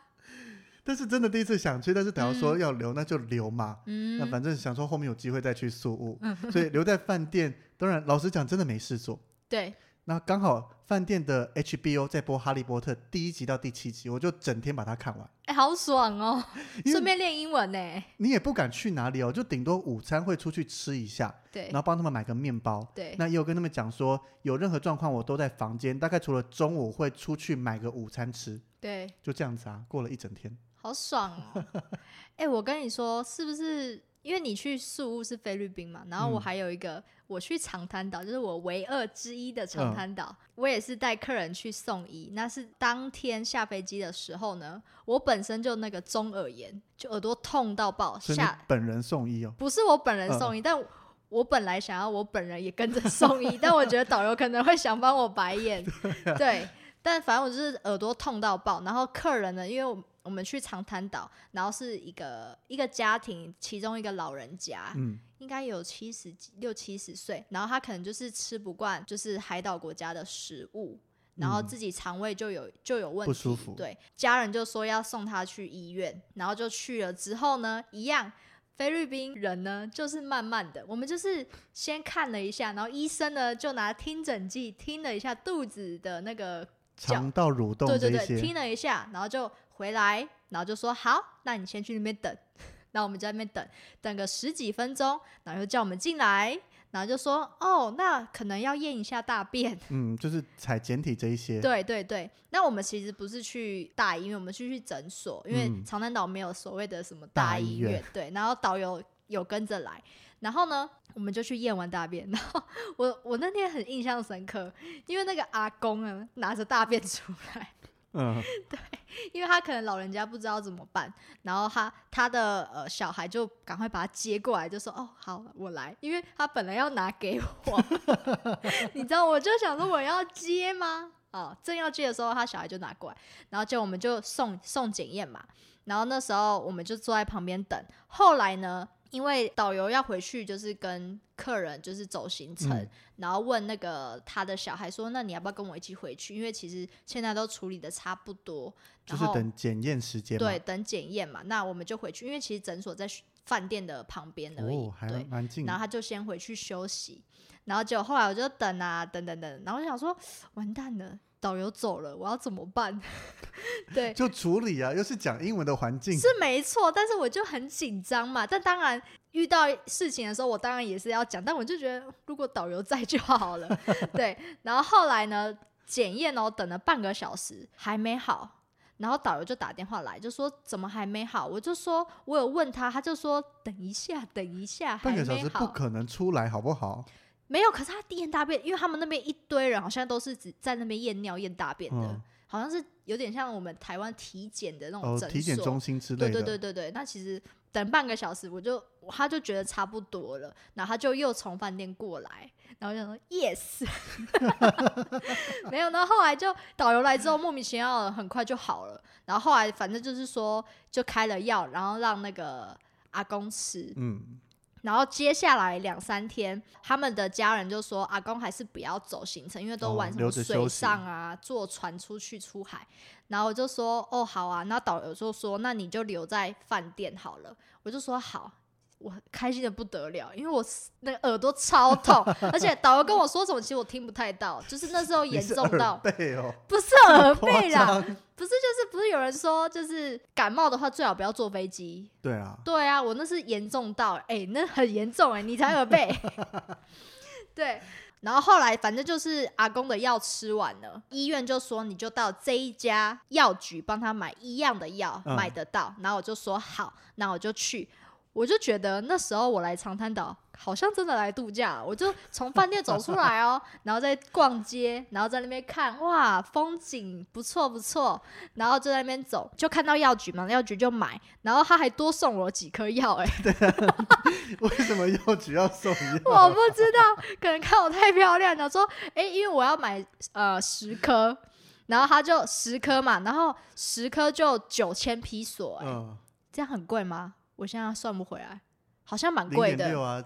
Speaker 2: 但是真的第一次想去，但是导游说要留，那就留嘛。 那
Speaker 1: 嗯，
Speaker 2: 反正想说后面有机会再去宿务，所以留在饭店。当然，老实讲，真的没事做。
Speaker 1: 对，
Speaker 2: 那刚好饭店的 HBO 在播《哈利波特》第一集到第七集，我就整天把它看完。
Speaker 1: 哎、好爽哦，
Speaker 2: 因
Speaker 1: 顺
Speaker 2: 为
Speaker 1: 便练英文呢、
Speaker 2: 你也不敢去哪里哦，就顶多午餐会出去吃一下，
Speaker 1: 对
Speaker 2: 然后帮他们买个面包。
Speaker 1: 对，
Speaker 2: 那也有跟他们讲说，有任何状况我都在房间，大概除了中午会出去买个午餐吃，
Speaker 1: 对，
Speaker 2: 就这样子啊，过了一整天。
Speaker 1: 好爽哦。 哎、我跟你说，是不是？因为你去宿务是菲律宾嘛，然后我
Speaker 2: 嗯
Speaker 1: 还有一个，我去长滩岛，就是我唯二之一的
Speaker 2: 嗯
Speaker 1: 长滩岛，我也是带客人去送医。那是当天下飞机的时候呢，我本身就那个中耳炎，就耳朵痛到爆，
Speaker 2: 所以你
Speaker 1: 下
Speaker 2: 本人送医哦，
Speaker 1: 不是我本人送医，但我本来想要我本人也跟着送医，但我觉得导游可能会想翻我白眼，对。但反正我就是耳朵痛到爆，然后客人呢，因为我我们去长滩岛，然后是一个一个家庭，其中一个老人家，
Speaker 2: 嗯，
Speaker 1: 应该有七十几六七十岁，然后他可能就是吃不惯就是海岛国家的食物，然后
Speaker 2: 嗯
Speaker 1: 自己肠胃就有就有问题，
Speaker 2: 不舒服
Speaker 1: 对，家人就说要送他去医院，然后就去了之后呢，一样。菲律宾人呢，就是慢慢的，我们就是先看了一下，然后医生呢就拿听诊剂听了一下肚子的那个
Speaker 2: 肠道蠕动
Speaker 1: 对
Speaker 2: 这
Speaker 1: 对
Speaker 2: 一
Speaker 1: 对，
Speaker 2: 些，
Speaker 1: 听了一下，然后就回来，然后就说好，那你先去那边等。 那我们就在那边等，等个十几分钟，然后就叫我们进来，然后就说哦，那可能要验一下 大便。
Speaker 2: 嗯，就是采简体这一些，
Speaker 1: 对对对，那我们其实不是去大医院，我们是去诊所，因为
Speaker 2: 嗯
Speaker 1: 长滩岛没有所谓的什么
Speaker 2: 大
Speaker 1: 大
Speaker 2: 医
Speaker 1: 医
Speaker 2: 院
Speaker 1: 院，对。然后导游有跟着来，然后呢，我们就去验完大便。 然后我我那天很印象深刻，因为那个阿公呢拿着大便出来，
Speaker 2: 嗯，
Speaker 1: 因为他可能老人家不知道怎么办，然后他他的呃小孩就赶快把他接过来，就说哦好，我来，因为他本来要拿给我， 你知道，我就想说我要接吗？哦，正要接的时候，他小孩就拿过来，然后就我们就送送检验嘛，然后那时候我们就坐在旁边等，后来呢？因为导游要回去，就是跟客人就是走行程，
Speaker 2: 嗯
Speaker 1: 然后问那个他的小孩说：“那你要不要跟我一起回去？因为其实现在都处理的差不多，
Speaker 2: 就
Speaker 1: 然
Speaker 2: 是
Speaker 1: 后
Speaker 2: 等检验时间嘛
Speaker 1: 对，。等检验嘛。那我们就回去，因为其实诊所在饭店的旁边而已。
Speaker 2: 哦，还
Speaker 1: 对，
Speaker 2: 蛮近
Speaker 1: 然，后他就先回去休息，然后就后来我就等啊等等等，然后我就想说完蛋了，导游走了，我要怎么办？ 对，
Speaker 2: 就处理啊，又是讲英文的环境，
Speaker 1: 是没错，但是我就很紧张嘛。但当然遇到事情的时候，我当然也是要讲，但我就觉得如果导游在就好了。 对，然后后来呢，检验哦，等了半个小时还没好。然后导游就打电话来，就说怎么还没好？我就说我有问他，他就说等一下，等一下，还
Speaker 2: 半个小
Speaker 1: 没
Speaker 2: 时不
Speaker 1: 好。
Speaker 2: 可能出来，好不好？
Speaker 1: 没有，可是他验大便，因为他们那边一堆人好像都是只在那边验尿、验大便的，
Speaker 2: 嗯，
Speaker 1: 好像是有点像我们台湾体检的那种
Speaker 2: 哦，
Speaker 1: 诊所。
Speaker 2: 体检中心之
Speaker 1: 对
Speaker 2: 类
Speaker 1: 对对
Speaker 2: 的，
Speaker 1: 对对，那其实等半个小时，我就我他就觉得差不多了，然后他就又从饭店过来，然后就说 yes，没 有，然后后来就导游来之后，莫名其妙的很快就好了，然后后来反正就是说就开了药，然后让那个阿公吃，
Speaker 2: 嗯，
Speaker 1: 然后接下来两三天，他们的家人就说阿公还是不要走行程，因为都
Speaker 2: 哦
Speaker 1: 玩什
Speaker 2: 留
Speaker 1: 么
Speaker 2: 着
Speaker 1: 水
Speaker 2: 休息
Speaker 1: 上啊，坐船出去出海。然后我就说哦好啊，那导游就说那你就留在饭店好了。我就说好，我开心的不得了，因为我那个耳朵超痛，而且导游跟我说什么其实我听不太到，就是那时候
Speaker 2: 你
Speaker 1: 严
Speaker 2: 是
Speaker 1: 重
Speaker 2: 耳
Speaker 1: 到。
Speaker 2: 背哦，
Speaker 1: 不是耳背
Speaker 2: 夸
Speaker 1: 啦，
Speaker 2: 张
Speaker 1: 不是就是不是有人说就是感冒的话最好不要坐飞机，
Speaker 2: 对啊，
Speaker 1: 对啊，我那是严重到，哎、那很严重哎、你才耳背。对，然后后来反正就是阿公的药吃完了，医院就说你就到这一家药局帮他买一样的药，
Speaker 2: 嗯
Speaker 1: 买得到。然后我就说好，那我就去。我就觉得那时候我来长滩岛，好像真的来度假。我就从饭店走出来哦，然后再逛街，然后在那边看，哇，风景不错不错。然后就在那边走，就看到药局嘛，药局就买，然后他还多送我几颗药、 哎，
Speaker 2: 为什么药局要送药？
Speaker 1: 我不知道，可能看我太漂亮了，说，哎、因为我要买呃十颗，然后他就十颗嘛，然后十颗就九千披索、哎、
Speaker 2: 嗯，
Speaker 1: 这样很贵吗？我现在算不回来，好像蛮
Speaker 2: 零
Speaker 1: 贵
Speaker 2: 点
Speaker 1: 的
Speaker 2: 六，啊，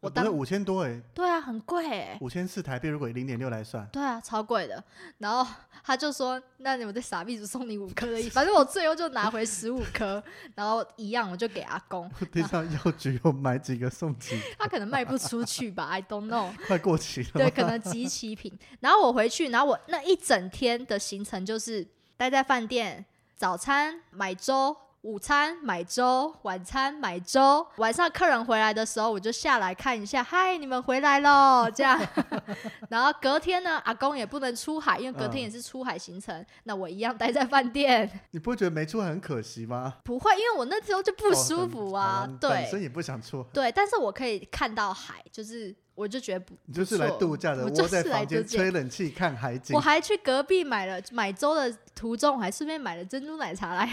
Speaker 1: 我
Speaker 2: 呃不是
Speaker 1: 当
Speaker 2: 五千多哎，
Speaker 1: 对啊，很贵、哎，
Speaker 2: 五千四台币，如果零点六来算，
Speaker 1: 对啊，超贵的。然后他就说，那你们这傻逼只送你五颗而 已，反正我最后就拿回十五颗，然后一样我就给阿公，
Speaker 2: 我听到药局有买几个送几个，
Speaker 1: 他可能卖不出去吧，I don't know。
Speaker 2: 快过期 了。
Speaker 1: 对，可能集齐品。然后我回去，然后我那一整天的行程就是待在饭店，早餐买粥，午餐买粥，晚餐买粥。晚上客人回来的时候，我就下来看一下，嗨，你们回来喽，这样。 然后隔天呢，阿公也不能出海，因为隔天
Speaker 2: 嗯
Speaker 1: 也是出海行程，那我一样待在饭店。
Speaker 2: 你不会觉得没出海很可惜吗？
Speaker 1: 不会，因为我那时候就不
Speaker 2: 哦
Speaker 1: 舒
Speaker 2: 很
Speaker 1: 服
Speaker 2: 好
Speaker 1: 啊，
Speaker 2: 你本身
Speaker 1: 对
Speaker 2: 也不想出海，
Speaker 1: 对，但是我可以看到海，就是我就觉得不，
Speaker 2: 你就是
Speaker 1: 不错
Speaker 2: 来度假的，
Speaker 1: 我就
Speaker 2: 窝在
Speaker 1: 是来
Speaker 2: 房
Speaker 1: 度
Speaker 2: 间
Speaker 1: 假
Speaker 2: 吹冷气看海景
Speaker 1: 我。还去隔壁买了买粥的途中，我还顺便买了珍珠奶 茶来。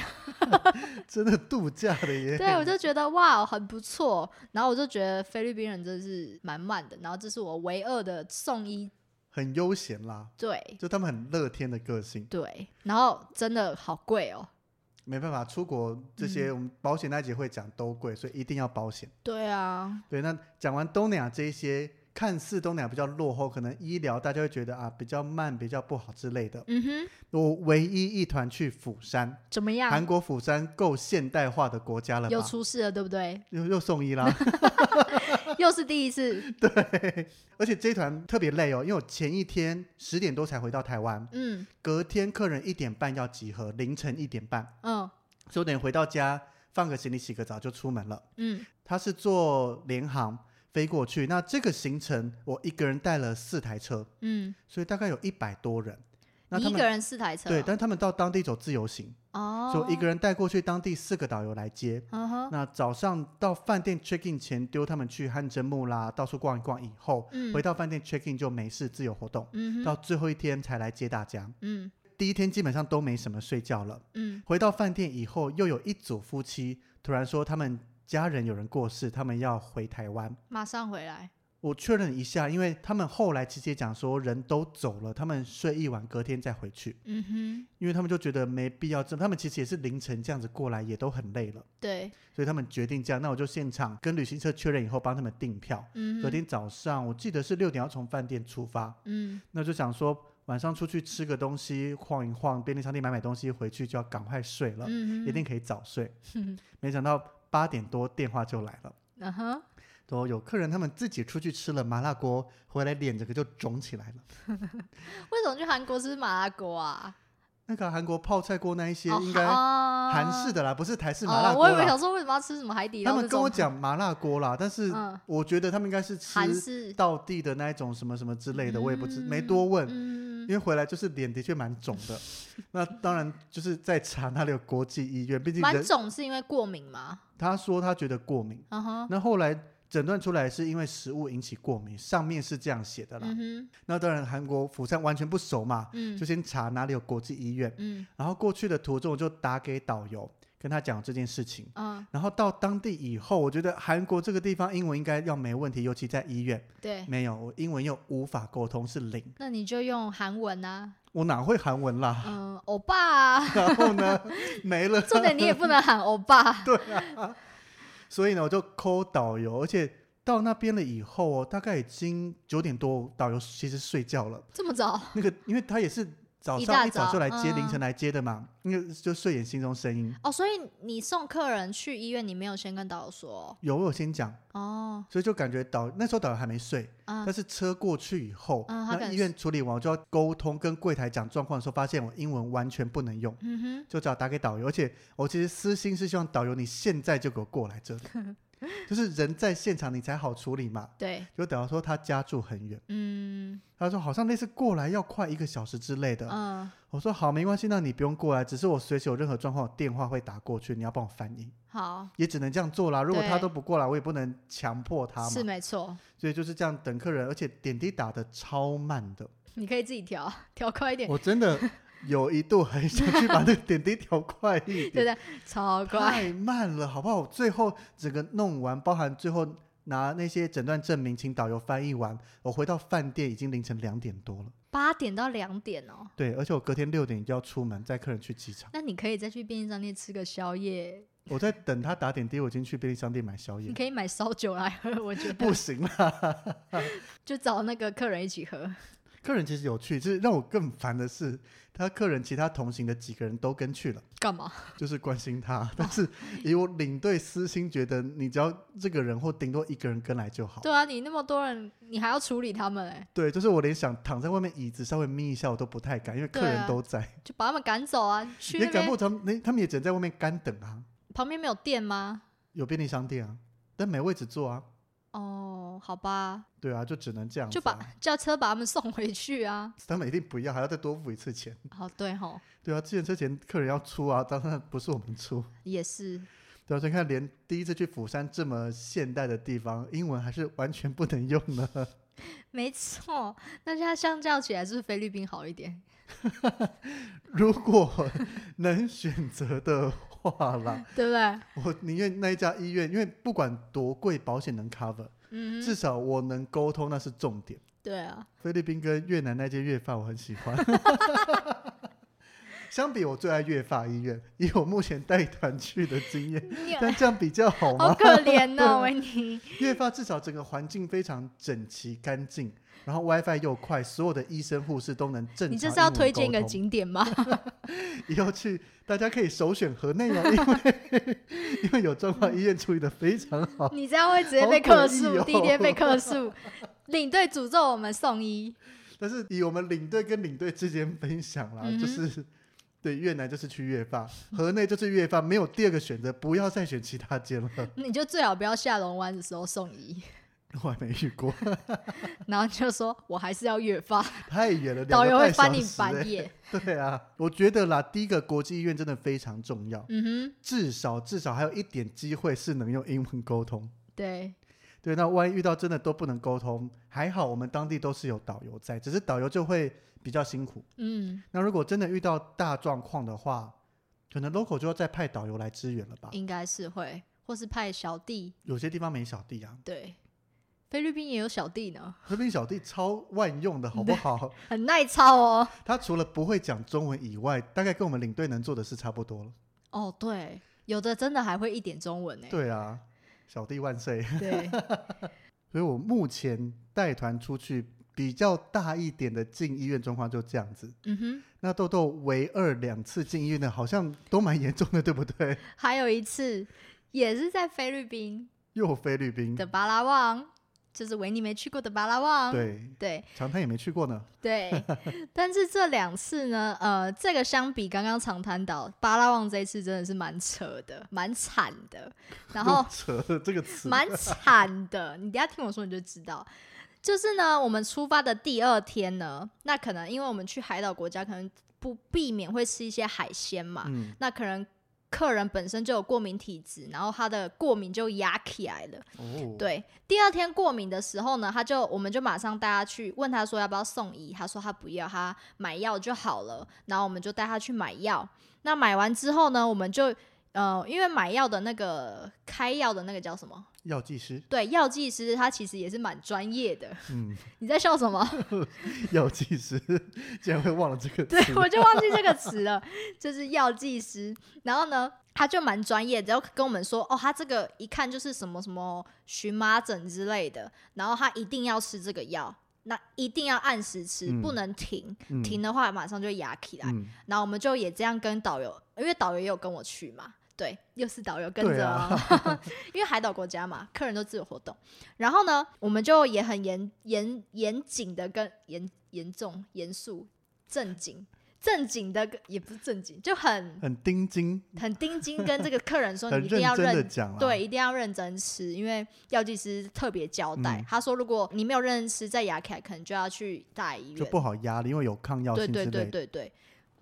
Speaker 2: 真的度假的耶！
Speaker 1: 对，啊我就觉得哇，很不错。然后我就觉得菲律宾人真是蛮慢的。然后这是我唯二的送医，
Speaker 2: 很悠闲啦，
Speaker 1: 对
Speaker 2: 就他们很乐天的个性，
Speaker 1: 对。然后真的好贵哦。
Speaker 2: 没办法，出国这些我们保险那一节会讲都贵，所以一定要保险。
Speaker 1: 对啊，
Speaker 2: 对，那讲完东南亚这一些，看似东南亚比较落后，可能医疗大家会觉得啊比较慢、比较不好之类的。
Speaker 1: 嗯哼，
Speaker 2: 我唯一一团去釜山，
Speaker 1: 怎么样
Speaker 2: 韩？国釜山够现代化的国家了
Speaker 1: 又
Speaker 2: 吧？
Speaker 1: 出事了，对不对？
Speaker 2: 又又送医啦，
Speaker 1: 又是第一次。
Speaker 2: 对，而且这一团特别累哦，因为我前一天十点多才回到台湾，
Speaker 1: 嗯
Speaker 2: 隔天客人一点半要集合，凌晨一点半，
Speaker 1: 嗯
Speaker 2: 所以我等回到家放个行李、洗个澡就出门了。
Speaker 1: 嗯，
Speaker 2: 他是坐联航飞过去，那这个行程我一个人带了四台车，
Speaker 1: 嗯，
Speaker 2: 所以大概有一百多人。那
Speaker 1: 你
Speaker 2: 他
Speaker 1: 一
Speaker 2: 们
Speaker 1: 个人四台车哦。
Speaker 2: 对，但他们到当地走自由行，
Speaker 1: 哦，
Speaker 2: 所以我一个人带过去，当地四个导游来接。
Speaker 1: 嗯哼，
Speaker 2: 那早上到饭店 check in 前丢他们去汗蒸木啦，到处逛一逛，以后
Speaker 1: 嗯
Speaker 2: 回到饭店 check in 就没事自由活动，
Speaker 1: 嗯哼，
Speaker 2: 到最后一天才来接大家。
Speaker 1: 嗯
Speaker 2: 第一天基本上都没什么睡觉了。
Speaker 1: 嗯
Speaker 2: 回到饭店以后，又有一组夫妻突然说他们家人有人过世，他们要回台湾。
Speaker 1: 马上回来。
Speaker 2: 我确认一下，因为他们后来直接讲说人都走了，他们睡一晚，隔天再回去，
Speaker 1: 嗯哼，
Speaker 2: 因为他们就觉得没必要这，他们其实也是凌晨这样子过来，也都很累了，
Speaker 1: 对，
Speaker 2: 所以他们决定这样。那我就现场跟旅行社确认以后，帮他们订票。
Speaker 1: 嗯
Speaker 2: 隔
Speaker 1: 哼，
Speaker 2: 天早上我记得是六点要从饭店出发，
Speaker 1: 嗯
Speaker 2: 那就想说晚上出去吃个东西，晃一晃，便利商店买买东西，回去就要赶快睡了。
Speaker 1: 嗯哼，
Speaker 2: 一定可以早 睡。
Speaker 1: 哼
Speaker 2: 没想到八点多电话就来了，
Speaker 1: 嗯哼，
Speaker 2: 说有客人他们自己出去吃了麻辣锅，回来脸整个就肿起来了。
Speaker 1: 为什么去韩国吃麻辣锅啊？
Speaker 2: 那个韩国泡菜锅那一些
Speaker 1: 哦
Speaker 2: 应该韩
Speaker 1: 韩
Speaker 2: 式的啦，不是台式
Speaker 1: 是
Speaker 2: 麻辣
Speaker 1: 哦。
Speaker 2: 锅
Speaker 1: 我以为
Speaker 2: 啦。
Speaker 1: 想说为什么要吃什么海底捞
Speaker 2: 他
Speaker 1: 这
Speaker 2: 们
Speaker 1: 种？
Speaker 2: 跟我讲麻辣锅啦，但是
Speaker 1: 嗯
Speaker 2: 我觉得他们应该是
Speaker 1: 韩
Speaker 2: 吃
Speaker 1: 式
Speaker 2: 道地的那一种什么什么之类的，我也不知没
Speaker 1: 嗯
Speaker 2: 多问。
Speaker 1: 嗯
Speaker 2: 因为回来就是脸的确蛮肿的，那当然就是在查哪里有国际医院，毕竟
Speaker 1: 蛮
Speaker 2: 人
Speaker 1: 肿是因为过敏嘛。
Speaker 2: 他说他觉得过敏，
Speaker 1: 嗯哼，
Speaker 2: 那后来诊断出来是因为食物引起过敏，上面是这样写的啦。
Speaker 1: 嗯哼，
Speaker 2: 那当然，韩国釜山完全不熟嘛，
Speaker 1: 嗯
Speaker 2: 就先查哪里有国际医院。
Speaker 1: 嗯
Speaker 2: 然后过去的途中我就打给导游，跟他讲这件事情。
Speaker 1: 嗯，
Speaker 2: 然后到当地以后，我觉得韩国这个地方英文应该要没问题，尤其在医院
Speaker 1: 对。
Speaker 2: 没有，我英文又无法沟通是零，
Speaker 1: 那你就用韩文 啊，
Speaker 2: 我哪会韩文啦？
Speaker 1: 嗯，欧巴、啊，
Speaker 2: 然后呢，没了。
Speaker 1: 重点你也不能喊欧 巴。
Speaker 2: 对啊，所以呢，我就抠导游，而且到那边了以后哦，大概已经九点多，导游其实睡觉了。
Speaker 1: 这么早，
Speaker 2: 那个，因为他也是早
Speaker 1: 一
Speaker 2: 上
Speaker 1: 大
Speaker 2: 一早就来
Speaker 1: 早
Speaker 2: 接，
Speaker 1: 嗯
Speaker 2: 凌晨来接的嘛，因为就睡眼惺忪声音。
Speaker 1: 哦，所以你送客人去医院，你没有先跟导游说
Speaker 2: 有我有先讲，
Speaker 1: 哦哦，
Speaker 2: 所以就感觉导那时候导游还没睡，
Speaker 1: 嗯
Speaker 2: 但是车过去以后，
Speaker 1: 嗯他可
Speaker 2: 那
Speaker 1: 能
Speaker 2: 医院处理完，我就要沟通跟柜台讲状况的时候，发现我英文完全不能用，
Speaker 1: 嗯哼，
Speaker 2: 就只好打给导游。而且我其实私心是希望导游你现在就给我过来这里，就是人在现场你才好处理嘛。
Speaker 1: 对，
Speaker 2: 就等到说他家住很远，
Speaker 1: 嗯
Speaker 2: 他说好像类似过来要快一个小时之类的。
Speaker 1: 嗯，
Speaker 2: 我说好，没关系，那你不用过来，只是我随时有任何状况，电话会打过去，你要帮我翻译，
Speaker 1: 好，
Speaker 2: 也只能这样做啦。如果他
Speaker 1: 对
Speaker 2: 都不过来，我也不能强迫他
Speaker 1: 是
Speaker 2: 嘛。
Speaker 1: 没错，
Speaker 2: 所以就是这样等客人，而且点滴打的超慢的，
Speaker 1: 你可以自己调， 调快一点，
Speaker 2: 我真的有一度很想去把那个点滴调快一
Speaker 1: 对
Speaker 2: 点，
Speaker 1: 对，超快，
Speaker 2: 太慢了，好不好？我最后整个弄完，包含最后拿那些诊断证明，请导游翻译完，我回到饭店已经凌晨两点多了。
Speaker 1: 八点到两点哦。
Speaker 2: 对，而且我隔天六点就要出门，载客人去 机场。
Speaker 1: 那你可以再去便利商店吃个宵夜，
Speaker 2: 我在等他打点滴，我已经去便利商店买宵夜
Speaker 1: 你，可以买烧酒来喝，我觉得
Speaker 2: 不行啦。
Speaker 1: 就找那个客人一起喝。
Speaker 2: 客人其实有去，就是让我更烦的是，他客人其他同行的几个人都跟去了，
Speaker 1: 干嘛？
Speaker 2: 就是关心他。但是以我领队私心，觉得你只要这个人或顶多一个人跟来就好。
Speaker 1: 对啊，你那么多人，你还要处理他们、欸，
Speaker 2: 对，就是我连想躺在外面椅子稍微眯一下，我都不太敢，因为客人都在，
Speaker 1: 就把他们赶走啊！去
Speaker 2: 也
Speaker 1: 那
Speaker 2: 赶
Speaker 1: 边
Speaker 2: 不走他们，那他们也只能在外面干等啊。
Speaker 1: 旁边没有店吗？
Speaker 2: 有便利商店啊，但没位置坐啊。
Speaker 1: 哦，好吧，
Speaker 2: 对啊，就只能这样、啊，
Speaker 1: 就把叫车把他们送回去 啊。
Speaker 2: 他们一定不要，还要再多付一次钱。
Speaker 1: 哦，对吼，
Speaker 2: 对啊，之前车钱客人要出啊，当然不是我们出。
Speaker 1: 也是，
Speaker 2: 对啊，所以看连第一次去釜山这么现代的地方，英文还是完全不能用呢。
Speaker 1: 没错。那现在相较起来，是不是菲律宾好一点？
Speaker 2: 如果能选择的话啦，
Speaker 1: 对不对？
Speaker 2: 我宁愿那一家医院，因为不管多贵，保险能 cover，
Speaker 1: 嗯
Speaker 2: 至
Speaker 1: 哼，
Speaker 2: 少我能沟通，那是重点。
Speaker 1: 对啊，
Speaker 2: 菲律宾跟越南那间越发我很喜欢。 相比我最爱越发医院，以我目前带团去的经验，
Speaker 1: 你
Speaker 2: 但这样比较好吗 啊
Speaker 1: 好？可怜哦，维尼。
Speaker 2: 越发至少整个环境非常整齐干净，然后 WiFi 又快，所有的医生护士都能正常。
Speaker 1: 你这是要推荐一个？景点 吗？
Speaker 2: 以后去大家可以首选河内哦，因为 因为有状况医院处理的非常好。
Speaker 1: 你这样会直接被
Speaker 2: 好诡
Speaker 1: 克
Speaker 2: 异
Speaker 1: 数，
Speaker 2: 哦
Speaker 1: 第一天被克数，领队诅咒我们送医。
Speaker 2: 但是以我们领队跟领队之间分享啦，
Speaker 1: 嗯哼
Speaker 2: 就是对越南就是去越发，河内就是越发，没有第二个选择，不要再选其他间了。
Speaker 1: 你就最好不要下龙湾的时候送医，
Speaker 2: 我还没遇过，
Speaker 1: 然后就说我还是要越发，
Speaker 2: 太远了，
Speaker 1: 导游会翻
Speaker 2: 翻
Speaker 1: 你白眼。
Speaker 2: 对啊，我觉得啦，第一个国际医院真的非常重要。
Speaker 1: 嗯
Speaker 2: 至少至少还有一点机会是能用英文沟通。
Speaker 1: 哼，对，
Speaker 2: 对，那万一遇到真的都不能沟通，还好我们当地都是有导游在，只是导游就会比较辛苦。
Speaker 1: 嗯，
Speaker 2: 那如果真的遇到大状况的话，可能 local 就要再派导游来支援了吧？
Speaker 1: 应该是会，或是派小弟。
Speaker 2: 有些地方没小弟啊，
Speaker 1: 对，菲律宾也有小弟呢，
Speaker 2: 这边小弟超万用的好不好？
Speaker 1: 很耐操哦。
Speaker 2: 他除了不会讲中文以外，大概跟我们领队能做的事差不多了。
Speaker 1: 哦，对，有的真的还会一点中文呢。欸
Speaker 2: 对啊，小弟万岁！
Speaker 1: 对，
Speaker 2: 所以我目前带团出去比较大一点的进医院状况就这样子。
Speaker 1: 嗯哼。
Speaker 2: 那豆豆唯二两次进医院的，好像都蛮严重的，对不对？
Speaker 1: 还有一次也是在菲律宾
Speaker 2: 又菲律宾，
Speaker 1: 的巴拉望，就是维尼没去过的巴拉望。
Speaker 2: 对，
Speaker 1: 对
Speaker 2: 长滩也没去过呢。
Speaker 1: 对但是这两次呢，呃，这个相比刚刚长滩岛巴拉望这一次真的是蛮扯的，蛮惨的，然 后
Speaker 2: 扯这个词，
Speaker 1: 蛮惨的。你等一下听我说你就知道。就是呢，我们出发的第二天呢，那可能因为我们去海岛国家，可能不避免会吃一些海鲜嘛，
Speaker 2: 嗯，
Speaker 1: 那可能客人本身就有过敏体质，然后他的过敏就压起来了。
Speaker 2: 哦，，
Speaker 1: 对，第二天过敏的时候呢，他就我们就马上带他去问他说要不要送医，他说他不要，他买药就好了。然后我们就带他去买药。那买完之后呢，我们就呃，因为买药的那个开药的那个叫什么？
Speaker 2: 药剂师，
Speaker 1: 对，药剂师他其实也是蛮专业的。
Speaker 2: 嗯，
Speaker 1: 你在笑什么？
Speaker 2: 药剂师， 竟然会忘了这个
Speaker 1: 对
Speaker 2: 词，，
Speaker 1: 我就忘记这个词了，就是药剂师。然后呢，他就蛮专业的，然后跟我们说，哦，他这个一看就是什么什么荨麻疹之类的，然后他一定要吃这个药，那一定要按时吃，
Speaker 2: 嗯
Speaker 1: 不能停，
Speaker 2: 嗯
Speaker 1: 停的话马上就压起来。
Speaker 2: 嗯，
Speaker 1: 然后我们就也这样跟导游，因为导游也有跟我去嘛，对，又是导游跟
Speaker 2: 对
Speaker 1: 着、
Speaker 2: 啊
Speaker 1: 哦， 因为海岛国家嘛，客人都自由活动。然后呢，我们就也很严严严谨的跟严严重、严肃、正经、正经的也不是正经，就很
Speaker 2: 很盯紧，
Speaker 1: 很 盯紧跟这个客人说
Speaker 2: 很
Speaker 1: 你一定要
Speaker 2: 真的
Speaker 1: 认
Speaker 2: 讲啊啦。
Speaker 1: 对，，一定要认真吃，因为药剂师特别交代，
Speaker 2: 嗯
Speaker 1: 他说如果你没有认真吃，在牙凯可能就要去大医
Speaker 2: 就
Speaker 1: 院。
Speaker 2: 不好压力，因为有抗药
Speaker 1: 对
Speaker 2: 性之
Speaker 1: 对
Speaker 2: 类
Speaker 1: 对
Speaker 2: 的。
Speaker 1: 对对，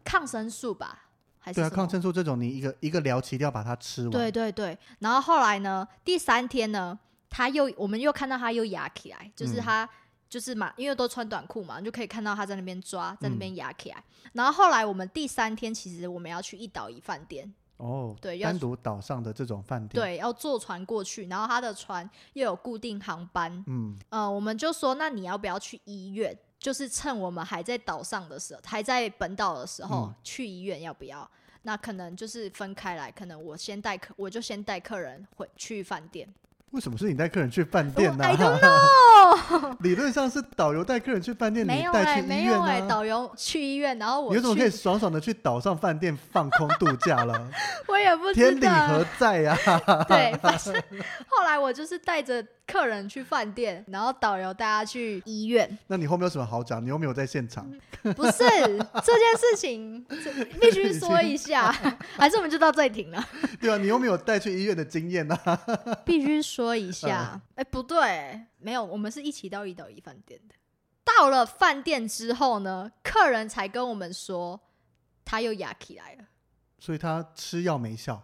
Speaker 1: 抗生素吧，还是
Speaker 2: 对啊，
Speaker 1: 什
Speaker 2: 抗
Speaker 1: 么
Speaker 2: 生素啊这种，你一个一个疗期一定要把它吃完。
Speaker 1: 对对对，然后后来呢，第三天呢，他又我们又看到他又牙起来，就是
Speaker 2: 嗯
Speaker 1: 他、就是嘛，因为都穿短裤嘛，你就可以看到他在那边抓，在那
Speaker 2: 嗯
Speaker 1: 边牙起来。然后后来我们第三天，其实我们要去一岛一饭店，
Speaker 2: 哦，
Speaker 1: 对要
Speaker 2: 单独岛上的这种饭店，，
Speaker 1: 对，要坐船过去，然后他的船又有固定航班，
Speaker 2: 嗯，
Speaker 1: 呃，我们就说那你要不要去医院？就是趁我们还在岛上的时候，还在本岛的时候、
Speaker 2: 嗯
Speaker 1: 去医院要不要？那可能就是分开来，可能我先带客，我就先带客人回去饭店。
Speaker 2: 为什么是你带客人去饭店呢、
Speaker 1: I don't
Speaker 2: 理论上是导游带客人去饭店，
Speaker 1: 没
Speaker 2: 你
Speaker 1: 有哎、
Speaker 2: 带去医
Speaker 1: 没有
Speaker 2: 院
Speaker 1: 哎、
Speaker 2: 啊。
Speaker 1: 导游去医院，然后我
Speaker 2: 你有种可以
Speaker 1: 去，
Speaker 2: 爽爽的去岛上饭店放空度假了？
Speaker 1: 我也不知
Speaker 2: 天理
Speaker 1: 道
Speaker 2: 何。在呀、
Speaker 1: 对，反正后来我就是带着客人去饭店，然后导游带他去医院。
Speaker 2: 那你后面有什么好讲？你又没有在现场，
Speaker 1: 不 是这件事情，这必须说一 下，还是我们就到这里停了。
Speaker 2: 对啊，你又没有带去医院的经验呐、啊。
Speaker 1: 必须说一下，哎、不对，没有，我们是一起到一岛一饭店的。到了饭店之后呢，客人才跟我们说他又牙起来了。
Speaker 2: 所以他吃药没效，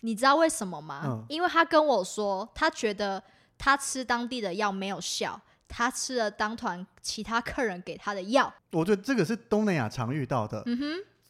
Speaker 1: 你知道为什么吗？
Speaker 2: 嗯
Speaker 1: 因为他跟我说，他觉得他吃当地的药没有效，他吃了当团其他客人给他的药。
Speaker 2: 我觉得这个是东南亚常遇到的。
Speaker 1: 嗯哼，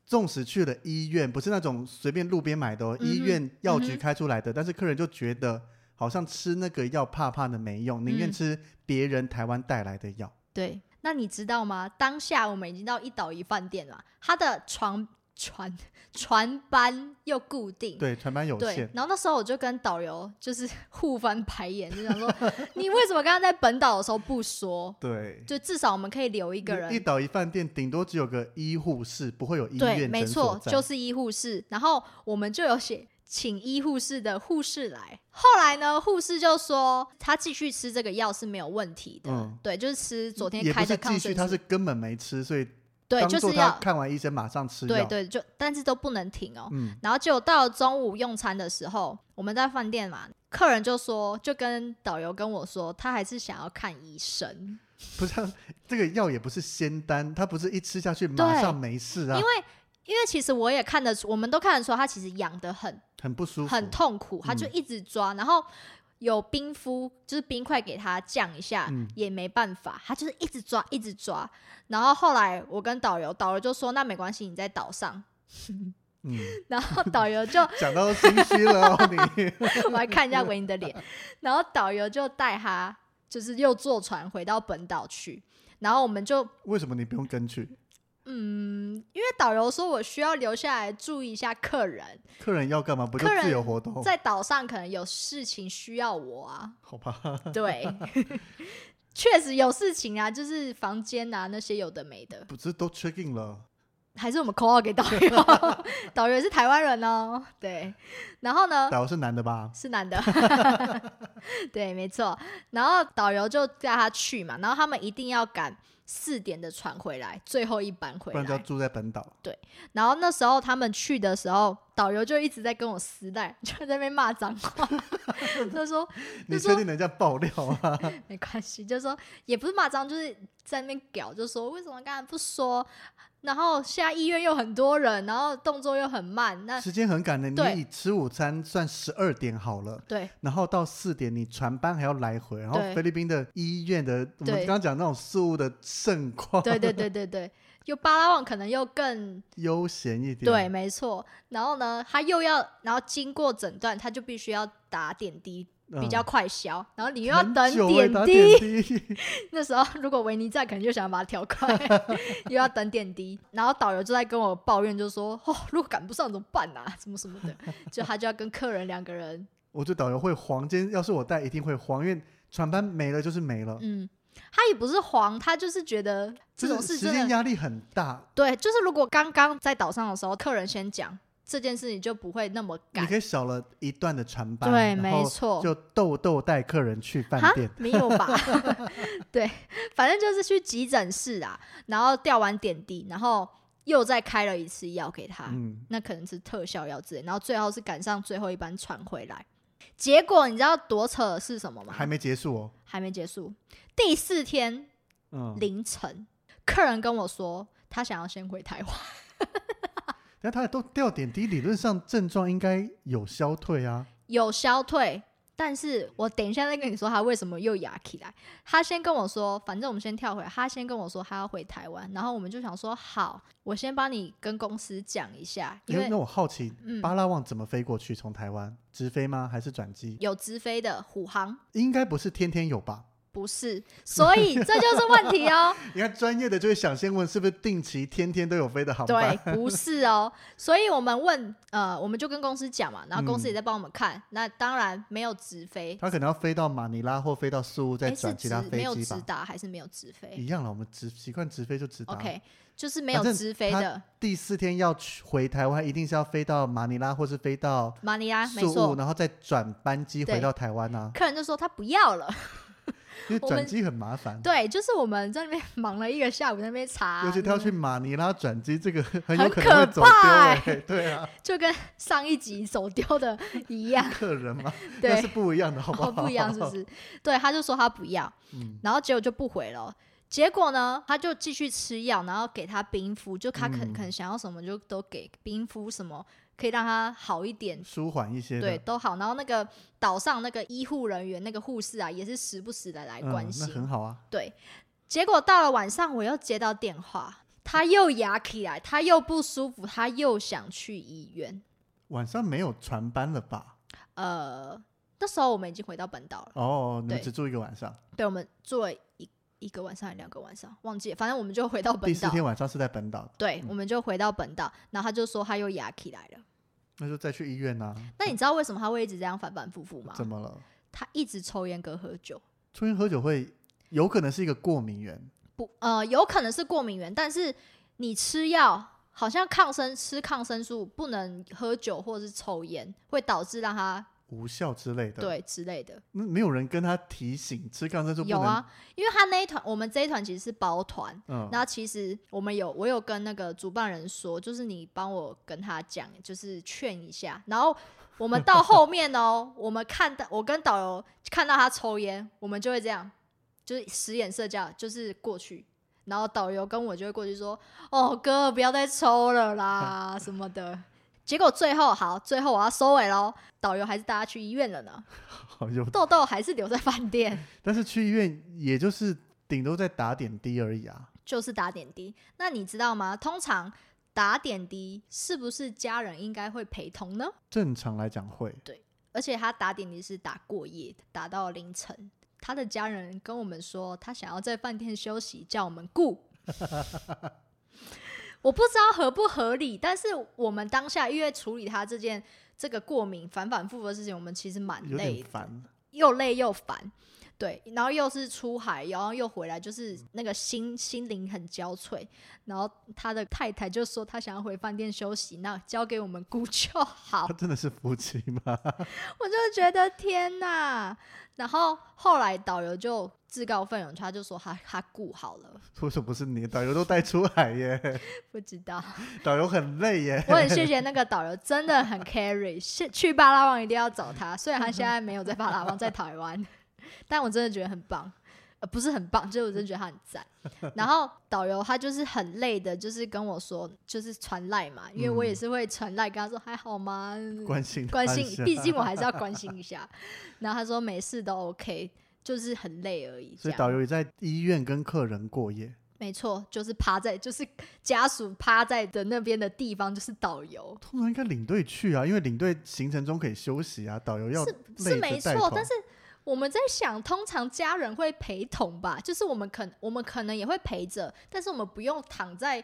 Speaker 2: 纵使去了医院，不是那种随便路边买的、哦，
Speaker 1: 嗯哼
Speaker 2: 医院药局
Speaker 1: 嗯哼
Speaker 2: 开出来的，但是客人就觉得好像吃那个药怕怕的没用，宁愿
Speaker 1: 嗯
Speaker 2: 吃别人台湾带来的药。
Speaker 1: 对。那你知道吗？当下我们已经到一岛一饭店了，他的床 船船班又固定，
Speaker 2: 对，船班有
Speaker 1: 对
Speaker 2: 限，，
Speaker 1: 然后那时候我就跟导游就是 互翻白眼，就想说 你为什么刚刚在本岛的时候不说？
Speaker 2: 对，
Speaker 1: 就至少我们可以留一个人
Speaker 2: 一，岛一饭店顶多只有个医护室，不会有医
Speaker 1: 对，
Speaker 2: 院
Speaker 1: 没
Speaker 2: 诊所
Speaker 1: 错，
Speaker 2: 在。
Speaker 1: 就是医护室。然后我们就有写请医护室的护士来。后来呢，护士就说他继续吃这个药是没有问题的，
Speaker 2: 嗯
Speaker 1: 对，就是吃昨天
Speaker 2: 也不
Speaker 1: 开
Speaker 2: 是
Speaker 1: 的抗
Speaker 2: 继续，
Speaker 1: 生
Speaker 2: 他
Speaker 1: 素
Speaker 2: 是，根本没吃，所以
Speaker 1: 对，
Speaker 2: 当
Speaker 1: 就
Speaker 2: 做
Speaker 1: 是
Speaker 2: 他
Speaker 1: 要，
Speaker 2: 看完医生马上吃药。
Speaker 1: 对对，就但是都不能停哦。
Speaker 2: 嗯，
Speaker 1: 然后结果到了中午用餐的时候，我们在饭店嘛，客人就说，就跟导游跟我说，他还是想要看医生，
Speaker 2: 不是啊这个药也不是仙丹，它不是一吃下去马
Speaker 1: 对
Speaker 2: 上没事啊
Speaker 1: 因，为因为其实我也看得出，我们都看得出他其实痒得很
Speaker 2: 很不舒服，
Speaker 1: 很痛苦，他就
Speaker 2: 嗯
Speaker 1: 一直抓，然后有冰敷，就是冰块给他降一下，
Speaker 2: 嗯
Speaker 1: 也没办法，他就是一直抓，一直抓。然后后来我跟导游，导游就说那没关系，你在岛上。
Speaker 2: 嗯，
Speaker 1: 然后导游就
Speaker 2: 讲到都心虚 了哦，你
Speaker 1: 我还看一下维尼的脸。然后导游就带他，就是又坐船回到本岛去。然后我们就，
Speaker 2: 为什么你不用跟去？
Speaker 1: 嗯，因为导游说我需要留下来注意一下客人，
Speaker 2: 客人要干嘛？不就
Speaker 1: 客人
Speaker 2: 自由活动？
Speaker 1: 在岛上可能有事情需要我啊。
Speaker 2: 好吧，
Speaker 1: 对， 确实有事情啊，就是房间啊那些有的没的，
Speaker 2: 不是都 check in 了？
Speaker 1: 还是我们 call out 给导游，导游也是台湾人哦。对，然后呢，
Speaker 2: 导游是男的吧？
Speaker 1: 是男的， 对，没错。然后导游就带他去嘛，然后他们一定要赶四点的船回来，最后一班回
Speaker 2: 不然就要
Speaker 1: 来。
Speaker 2: 住在本岛。
Speaker 1: 然后那时候他们去的时候，导游就一直在跟我撕带， 就在那边骂脏话， 就说
Speaker 2: 你
Speaker 1: 就
Speaker 2: 确
Speaker 1: 说
Speaker 2: 定人家爆料啊？
Speaker 1: 没关系，就说也不是骂脏，就是在那边屌，就说为什么刚才不说？然后现在医院又很多人，然后动作又很慢，那
Speaker 2: 时间很赶的，
Speaker 1: 对
Speaker 2: 你以吃午餐算十二点好了。
Speaker 1: 对
Speaker 2: 然后到四点，你船班还要来回，然后
Speaker 1: 对
Speaker 2: 菲律宾的医院的，我们
Speaker 1: 对
Speaker 2: 刚刚讲那种事物的盛况，
Speaker 1: 对对对对对，又巴拉望可能又更
Speaker 2: 悠闲一点，
Speaker 1: 对，，没错。然后呢，他又要，然后经过诊断，他就必须要打点滴，比较快消。然后你又要
Speaker 2: 嗯很
Speaker 1: 等
Speaker 2: 久欸
Speaker 1: 点
Speaker 2: 打
Speaker 1: 滴，
Speaker 2: 点滴，
Speaker 1: 那时候如果维尼在，可能就想把他调快， 又要等点滴。然后导游就在跟我抱怨，就说：“哦，如果赶不上怎么办啊？什么什么的。”就他就要跟客人两个人，
Speaker 2: 我觉得导游会慌，今天要是我带一定会慌，因为船班没了就是没了，
Speaker 1: 嗯，他也不是黄，他就是觉得这
Speaker 2: 就
Speaker 1: 种
Speaker 2: 是
Speaker 1: 事
Speaker 2: 时
Speaker 1: 真
Speaker 2: 间
Speaker 1: 的
Speaker 2: 压力很大。
Speaker 1: 对，就是如果刚刚在岛上的时候，客人先讲这件事情，就不会那么
Speaker 2: 你
Speaker 1: 赶。
Speaker 2: 可以少了一段的船班，
Speaker 1: 对，
Speaker 2: 然
Speaker 1: 没
Speaker 2: 后
Speaker 1: 错，
Speaker 2: 就豆豆带客人去饭
Speaker 1: 哈
Speaker 2: 店，
Speaker 1: 没有 吧？ 对，反正就是去急诊室啊，然后吊完点滴，然后又再开了一次药给他，
Speaker 2: 嗯，
Speaker 1: 那可能是特效药之类，然后最后是赶上最后一班船回来。结果你知道多扯的是什么吗？
Speaker 2: 还没结束哦，
Speaker 1: 还没结束，第四天
Speaker 2: 嗯，
Speaker 1: 凌晨，客人跟我说他想要先回台湾，
Speaker 2: 那他都吊点滴，理论上症状应该有消退啊，
Speaker 1: 有消退，但是我等一下再跟你说他为什么又哑起来。他先跟我说，反正我们先跳回来，他先跟我说他要回台湾，然后我们就想说好，我先帮你跟公司讲一下，因
Speaker 2: 因
Speaker 1: 为
Speaker 2: 那我好奇，
Speaker 1: 嗯
Speaker 2: 巴拉望怎么飞过去？从台湾直飞吗？还是转机？
Speaker 1: 有直飞的虎航。
Speaker 2: 应该不是天天有吧？
Speaker 1: 不是，所以这就是问 题哦。
Speaker 2: 你看专业的就会想先问，是不是定期天天都有飞的航班？
Speaker 1: 对，不是哦。所以我们问，呃，我们就跟公司讲嘛，然后公司也在帮我们看。那当然没有直飞，
Speaker 2: 他可能要飞到马尼拉或飞到苏，再
Speaker 1: 诶是
Speaker 2: 转其
Speaker 1: 直
Speaker 2: 他飞
Speaker 1: 没有
Speaker 2: 机
Speaker 1: 直
Speaker 2: 吧。
Speaker 1: 达还是没有直飞
Speaker 2: 一样了，我们直习惯直飞就直达。
Speaker 1: ？OK，就是没
Speaker 2: 反
Speaker 1: 有
Speaker 2: 正
Speaker 1: 直飞
Speaker 2: 他
Speaker 1: 的
Speaker 2: 第四天要去回台湾，一定是要飞到马尼拉或是飞到
Speaker 1: 马尼拉，没
Speaker 2: 宿务，
Speaker 1: 错。
Speaker 2: 然后再转班机回
Speaker 1: 对
Speaker 2: 到台湾啊，
Speaker 1: 客人就说他不要了，
Speaker 2: 因为
Speaker 1: 我们
Speaker 2: 转机很麻烦。
Speaker 1: 对，就是我们在那边忙了一个下午，在那边查啊、
Speaker 2: 尤其他要去马尼拉转机，这个 很有
Speaker 1: 很
Speaker 2: 可
Speaker 1: 可
Speaker 2: 能会走丢、
Speaker 1: 怕
Speaker 2: 欸。 对啊，
Speaker 1: 就跟上一集走丢的一 样，
Speaker 2: 客人嘛，那
Speaker 1: 对
Speaker 2: 是，不一样的，好不好？
Speaker 1: 哦不一样是不？是？对，他就说他不要，
Speaker 2: 嗯，
Speaker 1: 然后结果就不回了。结果呢，他就继续吃药，然后给他冰敷，就他可
Speaker 2: 嗯
Speaker 1: 可能想要什么就都给冰敷，什么可以让他好一点，
Speaker 2: 舒缓一些的。嗯
Speaker 1: 对，都好。然后那个岛上那个医护人员、那个护士啊，也是时不时的来
Speaker 2: 嗯
Speaker 1: 关
Speaker 2: 那
Speaker 1: 心。
Speaker 2: 很好啊。
Speaker 1: 对，结果到了晚上，我又接到电话，他又牙起来，他又不舒服，他又想去医院。
Speaker 2: 晚上没有船班了吧？
Speaker 1: 呃，那时候我们已经回到本岛了，
Speaker 2: 哦，你们
Speaker 1: 对
Speaker 2: 只住一个晚上，
Speaker 1: 对，我们住了一一个晚上还是两个晚上，忘记了，反正我们就回到
Speaker 2: 第
Speaker 1: 本
Speaker 2: 四
Speaker 1: 岛。
Speaker 2: 天晚上是在本岛，
Speaker 1: 对，我们就回到本岛，然后他就说他又牙起来了。
Speaker 2: 那就再去医院呐、
Speaker 1: 那你知道为什么他会一直这样反反复复吗？
Speaker 2: 怎么了？
Speaker 1: 他一直抽烟跟喝酒，
Speaker 2: 抽烟喝酒会有可能是一个过敏源，
Speaker 1: 不，呃，有可能是过敏源，但是你吃药，好像抗生吃抗生素不能喝酒或是抽烟，会导致让他
Speaker 2: 无效之类的。，
Speaker 1: 对之类的。
Speaker 2: 那没有人跟他提醒吃抗生素不
Speaker 1: 有
Speaker 2: 能。
Speaker 1: 啊，因为他那一团，我们这一团其实是包团。
Speaker 2: 嗯，
Speaker 1: 那其实我们有，我有跟那个主办人说，就是你帮我跟他讲，就是劝一下。然后我们到后面哦，我们看到我跟导游看到他抽烟，我们就会这样，就是使眼色这样，就是过去。然后导游跟我就会过去说：“哦，哥，不要再抽了啦，什么的。”结果最后好，最后我要收尾喽。导游还是带他去医院了呢，
Speaker 2: 好哦有，
Speaker 1: 豆豆还是留在饭店。
Speaker 2: 但是去医院也就是顶多在打点滴而已啊。
Speaker 1: 就是打点滴。那你知道吗？通常打点滴是不是家人应该会陪同呢？
Speaker 2: 正常来讲会，
Speaker 1: 而且他打点滴是打过夜的，打到凌晨。他的家人跟我们说，他想要在饭店休息，叫我们顾。 我不知道合不合理，但是我们当下因为处理他这件这个过敏反反复复的事情，我们其实蛮
Speaker 2: 有
Speaker 1: 累
Speaker 2: 点
Speaker 1: 的。
Speaker 2: 烦。
Speaker 1: 又累又烦，对，然后又是出海，然后又回来，就是那个心心灵很交瘁。然后他的太太就说他想要回饭店休息，那交给我们顾就 好
Speaker 2: 他。真的是夫妻吗？
Speaker 1: 我就觉得天哪！然后后来导游就自告奋勇，他就说他他顾好了，
Speaker 2: 为什么不是你？导游都带出海耶，
Speaker 1: 不知道。
Speaker 2: 导游很累耶。
Speaker 1: 我很谢谢那个导游，真的很 carry。是去巴拉望一定要找他，虽然他现在没有在巴拉望，在台湾， 但我真的觉得很棒。呃，不是很棒，就是我真的觉得他很赞。 然后导游他就是很累的，就是跟我说，就是传赖嘛，因为我也是会传赖，跟他说还好吗？
Speaker 2: 关心
Speaker 1: 关
Speaker 2: 他一
Speaker 1: 心，
Speaker 2: 下
Speaker 1: 毕竟我还是要关心一下。 然后他说没事都 OK，就是很累而已。这
Speaker 2: 所以
Speaker 1: 样。
Speaker 2: 导游也在医院跟客人过夜。
Speaker 1: 没错，就是趴在，就是家属趴在的那边的地方，就是导游。
Speaker 2: 通常应该领队去啊，因为领队行程中可以休息啊，导游要
Speaker 1: 是
Speaker 2: 累
Speaker 1: 是
Speaker 2: 着
Speaker 1: 没
Speaker 2: 带
Speaker 1: 错，
Speaker 2: 头
Speaker 1: 但是我们在想，通常家人会陪同吧，就是我们可我们可能也会陪着，但是我们不用躺在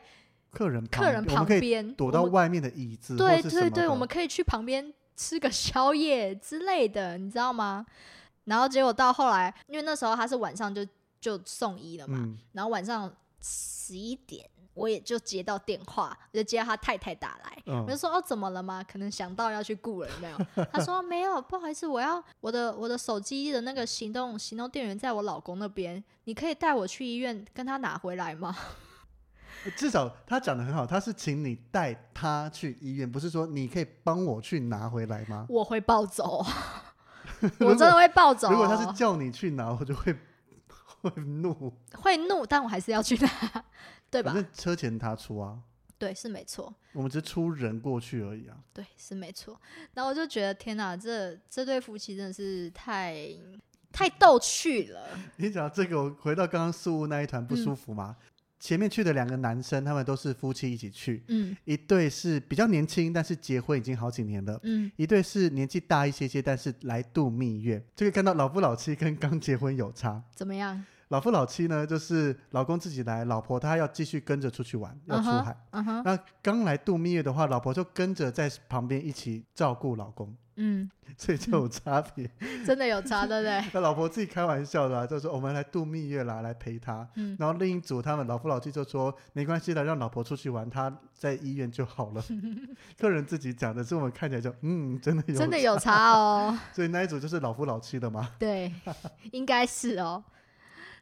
Speaker 2: 客人旁
Speaker 1: 客人
Speaker 2: 我
Speaker 1: 旁
Speaker 2: 们可以
Speaker 1: 边，
Speaker 2: 躲
Speaker 1: 我
Speaker 2: 到
Speaker 1: 们
Speaker 2: 外面的椅子或
Speaker 1: 对
Speaker 2: 是什么
Speaker 1: 对对，
Speaker 2: 的
Speaker 1: 我们可以去旁边吃个宵夜之类的，你知道吗？然后结果到后来，因为那时候他是晚上就就送医了嘛，
Speaker 2: 嗯，
Speaker 1: 然后晚上十一点我也就接到电话，就接到他太太打来，我就
Speaker 2: 嗯
Speaker 1: 说哦，怎么了吗？可能想到要去雇人没有？他说没有，不好意思，我要我的我的手机的那个行动行动电源在我老公那边，你可以带我去医院跟他拿回来吗？
Speaker 2: 至少他讲的很好，他是请你带他去医院，不是说你可以帮我去拿回来吗？
Speaker 1: 我会暴走，
Speaker 2: 如
Speaker 1: 我真的
Speaker 2: 果
Speaker 1: 会暴走哦。
Speaker 2: 如果他是叫你去拿，我就会 会怒，
Speaker 1: 会怒，但我还是要去拿，对吧
Speaker 2: 反？正车钱他出啊，
Speaker 1: 对，是没错，
Speaker 2: 我们只是出人过去而已啊。
Speaker 1: 对，是没错。然后我就觉得天哪，这这对夫妻真的是太太逗趣了。
Speaker 2: 你讲这个，我回到刚刚宿务那一团不舒服吗？
Speaker 1: 嗯
Speaker 2: 前面去的两个男生，他们都是夫妻一起去，
Speaker 1: 嗯
Speaker 2: 一对是比较年轻，但是结婚已经好几年了。
Speaker 1: 嗯，
Speaker 2: 一对是年纪大一些些，但是来度蜜月，就可以看到老夫老妻跟刚结婚有差。
Speaker 1: 怎么样？
Speaker 2: 老夫老妻呢，就是老公自己来，老婆她要继续跟着出去玩，要
Speaker 1: 嗯
Speaker 2: 出
Speaker 1: 哼
Speaker 2: 海。
Speaker 1: 嗯哼，
Speaker 2: 那刚来度蜜月的话，老婆就跟着在旁边一起照顾老公，
Speaker 1: 嗯，
Speaker 2: 所以就有差别。
Speaker 1: 真的有差，对不对？
Speaker 2: 那老婆自己开玩笑的、啊，就说我们来度蜜月啦，来陪她。
Speaker 1: 嗯
Speaker 2: 然后另一组他们老夫老妻就说没关系的，让老婆出去玩，她在医院就好了。 客人自己讲的，所以我们看起来就嗯，真的有
Speaker 1: 真的有差哦。
Speaker 2: 所以那一组就是老夫老妻的嘛。
Speaker 1: 对，应该是哦。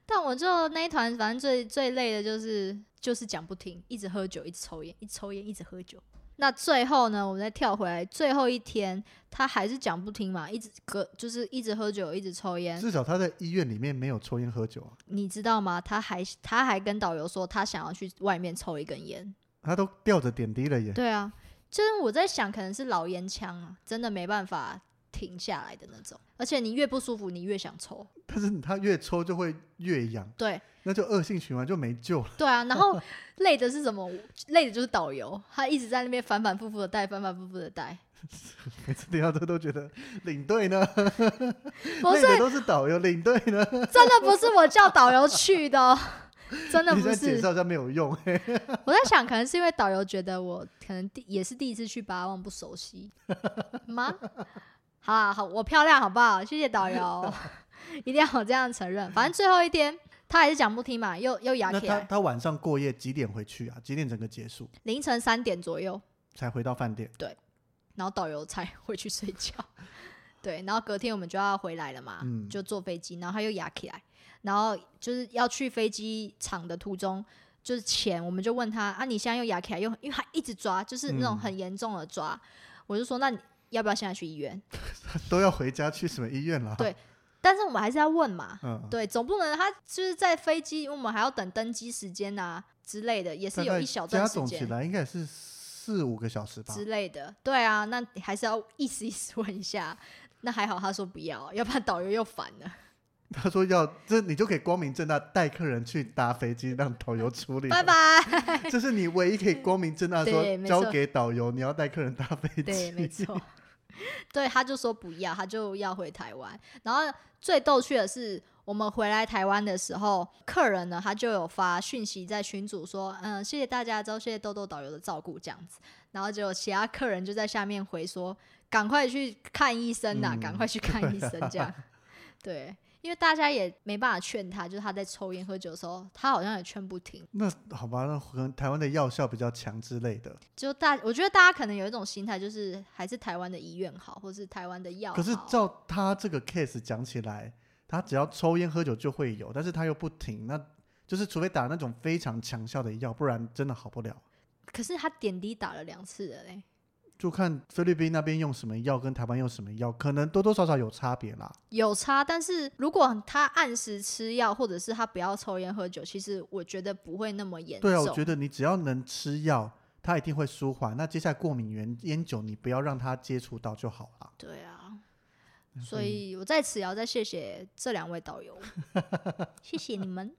Speaker 1: 但我就那一团，反正最最累的就是就是讲不停，一直喝酒，一直抽烟，一直抽烟，一直喝酒。那最后呢，我们再跳回来，最后一天他还是讲不停嘛，一直隔就是一直喝酒，一直抽烟。
Speaker 2: 至少他在医院里面没有抽烟喝酒啊，
Speaker 1: 你知道吗？他还他还跟导游说他想要去外面抽一根烟。
Speaker 2: 他都吊着点滴了耶。
Speaker 1: 对啊，就是我在想，可能是老烟枪啊，真的没办法停下来的那种。而且你越不舒服，你越想抽。
Speaker 2: 但是他越抽就会越痒，
Speaker 1: 对，
Speaker 2: 那就恶性循环就没救了。
Speaker 1: 对啊，然后累的是什么？累的就是导游，他一直在那边反反复复的带，反反复复的带。
Speaker 2: 每次听到这都觉得领队呢，
Speaker 1: 不是
Speaker 2: 累的都是导游，领队呢，
Speaker 1: 真的不是我叫导游去的、哦，真的
Speaker 2: 你
Speaker 1: 不
Speaker 2: 在介
Speaker 1: 是。
Speaker 2: 绍一下没有用。
Speaker 1: 我在想，可能是因为导游觉得我可能第也是第一次去巴望不 熟悉吗？好啦，好，我漂亮好不好？谢谢导游，一定要我这样承认。反正最后一天他还是讲不听嘛，又又牙
Speaker 2: 那
Speaker 1: 起
Speaker 2: 他
Speaker 1: 来，
Speaker 2: 他晚上过夜几点回去啊？几点整个结束
Speaker 1: 凌晨三点左右。
Speaker 2: 才回到饭店？
Speaker 1: 然后导游才 会去睡觉。对，然后隔天我们就要回来了嘛，
Speaker 2: 嗯
Speaker 1: 就坐飞机，然后他又压起来，然后就是要去飞机场的途中，就是前我们就问他啊，你现在又压起来，又因为他一直抓，就是那种
Speaker 2: 嗯
Speaker 1: 很严重的抓，我就说那你要不要现在去医院？
Speaker 2: 都要回家去什么医院了？
Speaker 1: 对但是我们还是要问嘛，
Speaker 2: 嗯，
Speaker 1: 对，总不能他就是在飞机，我们还要等登机时间啊之类的，也是
Speaker 2: 大
Speaker 1: 有
Speaker 2: 概
Speaker 1: 一小
Speaker 2: 加
Speaker 1: 段时
Speaker 2: 总起
Speaker 1: 间
Speaker 2: 来应该也是四五个小时吧。
Speaker 1: 之类的，对啊，那你还是要意思意思问一下。那还好，他说不要，要不然导游又烦了。
Speaker 2: 他说要这你就可以光明正大带客人去搭飞机，让导游处理。
Speaker 1: 拜，拜。
Speaker 2: 这是你唯一可以光明正大说
Speaker 1: 对没错
Speaker 2: 交给导游，你要带客人搭飞
Speaker 1: 对， 没
Speaker 2: 机。
Speaker 1: 错。 对，他就说不要，他就要回台湾。然后最逗趣的是，我们回来台湾的时候，客人呢他就有发讯息在群组说，嗯，谢谢大家，都谢谢豆豆导游的照顾这样子。然后结果其他客人就在下面回说，赶快去看医生呐、
Speaker 2: 嗯
Speaker 1: 赶快去看医生 这样。对，因为大家也没办法劝他，就是他在抽烟喝酒的时候，他好像也劝不停。
Speaker 2: 那好吧，那可能台湾的药效比较强之类的。
Speaker 1: 就大，我觉得大家可能有一种心态，就是还是台湾的医院好，或是台湾的药好。
Speaker 2: 可是照他这个 case 讲起来，他只要抽烟喝酒就会有，但是他又不停，那就是除非打那种非常强效的药，不然真的好不了。
Speaker 1: 可是他点滴打了两次了嘞，
Speaker 2: 就看菲律宾那边用什么药，跟台湾用什么药，可能多多少少有差别啦。
Speaker 1: 有差。但是如果他按时吃药，或者是他不要抽烟喝酒，其实我觉得不会那么严重。
Speaker 2: 对啊，我觉得你只要能吃药，它一定会舒缓。那接下来过敏源烟酒，你不要让它接触到就好了。
Speaker 1: 对啊
Speaker 2: 嗯
Speaker 1: 所以我在此也要再谢谢这两位导 游，谢谢你们。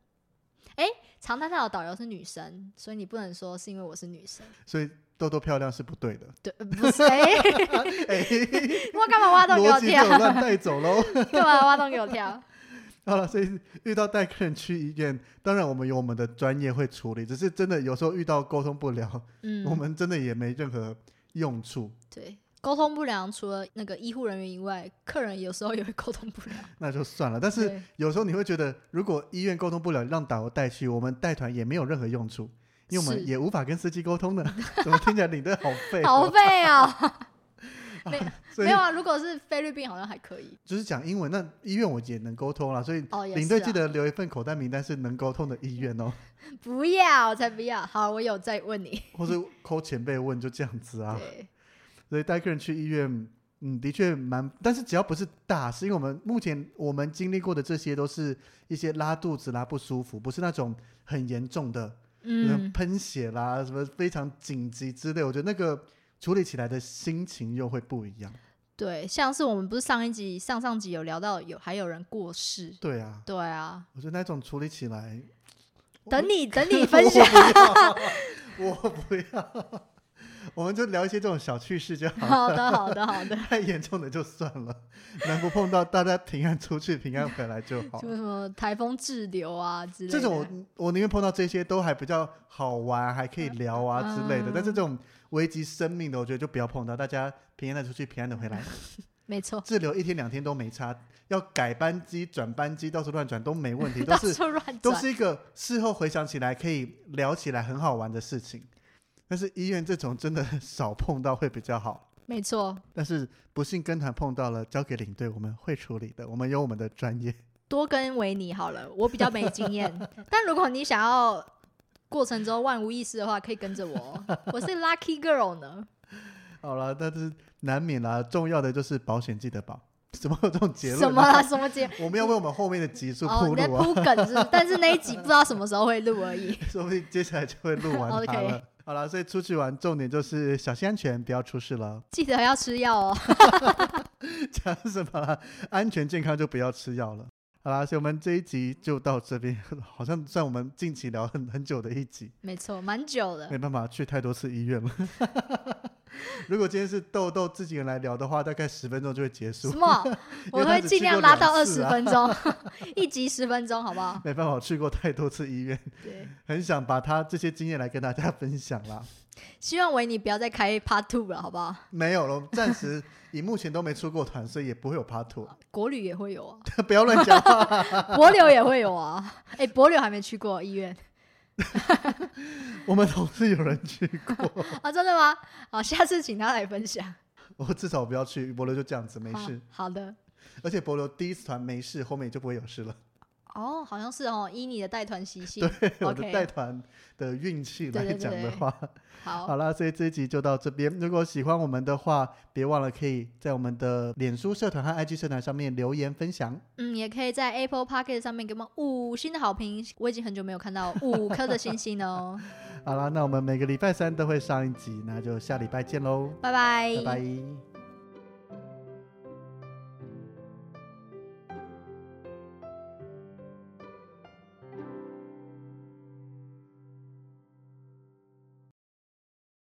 Speaker 1: 哎，长滩岛的导游是女生，所以你不能说是因为我是女生，
Speaker 2: 所以痘痘漂亮是不 对的，
Speaker 1: 对，呃不 是，哎，
Speaker 2: 哎，
Speaker 1: 我干嘛挖洞给我
Speaker 2: 逻辑被我
Speaker 1: 跳？
Speaker 2: 乱带走喽。
Speaker 1: 干嘛挖洞给我跳？
Speaker 2: 好了，所以遇到带客人去医院，当然我们有我们的专业会处理，只是真的有时候遇到沟通不了，
Speaker 1: 嗯，
Speaker 2: 我们真的也没任何用处。
Speaker 1: 对，沟通不良，除了那个医护人员以外，客人有时候也会沟通不良。
Speaker 2: 那就算了。但是
Speaker 1: 对，
Speaker 2: 有时候你会觉得，如果医院沟通不了，让导游带去，我们带团也没有任何用处，因为我
Speaker 1: 是
Speaker 2: 们也无法跟司机沟通的。怎么听起来领队好废、哦？
Speaker 1: 好废哦！没
Speaker 2: 哦 所以
Speaker 1: 没有啊，如果是菲律宾好像还可以。
Speaker 2: 就是讲英文，那医院我也能沟通啦，所以
Speaker 1: 哦，也
Speaker 2: 领
Speaker 1: 是、
Speaker 2: 队记
Speaker 1: 啊。
Speaker 2: 得留一份口袋名单是能沟通的医 院哦，
Speaker 1: 不要，才不要。好，我有再问你。
Speaker 2: 或是抠前辈问就这样子啊。
Speaker 1: 对，
Speaker 2: 所以带客人去医院，嗯，的确蛮，但是只要不是大事，因为我们目前我们经历过的这些都是一些拉肚子啦不舒服，不是那种很严重的，嗯，
Speaker 1: 嗯，
Speaker 2: 喷血啦什么非常紧急之类，我觉得那个处理起来的心情又会不一样。
Speaker 1: 对，像是我们不是上一集、上上集有聊到有还有人过世，
Speaker 2: 对啊，
Speaker 1: 对啊。
Speaker 2: 我觉得那种处理起来，
Speaker 1: 等你 等 你分享，
Speaker 2: 我不要， 我们就聊一些这种小趣事就好。
Speaker 1: 好的好的好的，
Speaker 2: 太严重的就算了，难不碰到大家平安出去、平安回来就好
Speaker 1: 什。么什么台风滞留啊之类的，
Speaker 2: 这种我我宁愿碰到这些都还比较好玩，还可以聊啊之类的。
Speaker 1: 嗯
Speaker 2: 但是这种危及生命的，我觉得就不要碰到。大家平安的出去，平安的回来，
Speaker 1: 没错，
Speaker 2: 滞留一天两天都没差。要改班机、转班机，到处乱转都没问题，都
Speaker 1: 到
Speaker 2: 是
Speaker 1: 处乱
Speaker 2: 都
Speaker 1: 转，
Speaker 2: 是一个事后回想起来可以聊起来很好玩的事情。但是医院这种真的少碰到会比较好。
Speaker 1: 没错，
Speaker 2: 但是不幸跟团碰到了，交给领队，我们会处理的。我们有我们的专业。
Speaker 1: 多跟维尼好了，我比较没经验。但如果你想要过程中万无一失的话，可以跟着我哦，我是 lucky girl 呢。
Speaker 2: 好了，但是难免啦，重要的就是保险记得保。 怎么有这种结
Speaker 1: 什
Speaker 2: 论
Speaker 1: 么
Speaker 2: 呢？
Speaker 1: 啊什么节？
Speaker 2: 我们要为我们后面的集数
Speaker 1: 哦，
Speaker 2: 铺
Speaker 1: 你在
Speaker 2: 路啊，
Speaker 1: 铺梗是不是？ 但是那一集不知道什么时候会录而已。
Speaker 2: 说不定接下来就会录完它
Speaker 1: OK
Speaker 2: 了。好了，所以出去玩重点就是小心安全，不要出事了。
Speaker 1: 记得要吃药哦。
Speaker 2: 讲什么啦？安全健康就不要吃药了。好啦，所以我们这一集就到这边， 好像算我们近期聊很很久的一集。
Speaker 1: 没错，蛮久的
Speaker 2: 没。办法，去太多次医院了。 如果今天是豆豆自己人来聊的话，大概十分钟就会结束
Speaker 1: 什。 么？我会尽量拉到
Speaker 2: 因为他
Speaker 1: 二
Speaker 2: 只去
Speaker 1: 十
Speaker 2: 过啊
Speaker 1: 分钟， 一集十分钟，好 不好？
Speaker 2: 没办法，我去过太多次医院，
Speaker 1: 对，
Speaker 2: 很想把他这些经验来跟大家分享啦。
Speaker 1: 希望维尼不要再开 Part Two 了，好不好？
Speaker 2: 没有了，暂时以目前都没出过团，所以也不会有 Part Two。
Speaker 1: 国旅也会有啊，
Speaker 2: 不要乱讲话，
Speaker 1: 博流也会有啊。 哎、博流还没去过医院
Speaker 2: 我们同事有人去过，
Speaker 1: 啊？真的吗？好，下次请他来分享。
Speaker 2: 我至少不要去。博流就这样子，没事。
Speaker 1: 好。好的。
Speaker 2: 而且博流第一次团没事，后面也就不会有事了。
Speaker 1: 哦，好像是哦，依你的带团习性。
Speaker 2: 我的
Speaker 1: OK，
Speaker 2: 带团的运气
Speaker 1: 对
Speaker 2: 来
Speaker 1: 对对
Speaker 2: 讲的
Speaker 1: 对
Speaker 2: 话。
Speaker 1: 好，
Speaker 2: 好啦，所以这一集就到这边。如果喜欢我们的话，别忘了可以在我们的脸书社团和 IG 社团上面留言分享。
Speaker 1: 嗯，也可以在 Apple p o c k e t 上面给我们五星的好评。我已经很久没有看到五颗的星星哦，
Speaker 2: 好啦，那我们每个礼拜三都会上一集，那就下礼拜见喽，
Speaker 1: 拜拜，
Speaker 2: 拜拜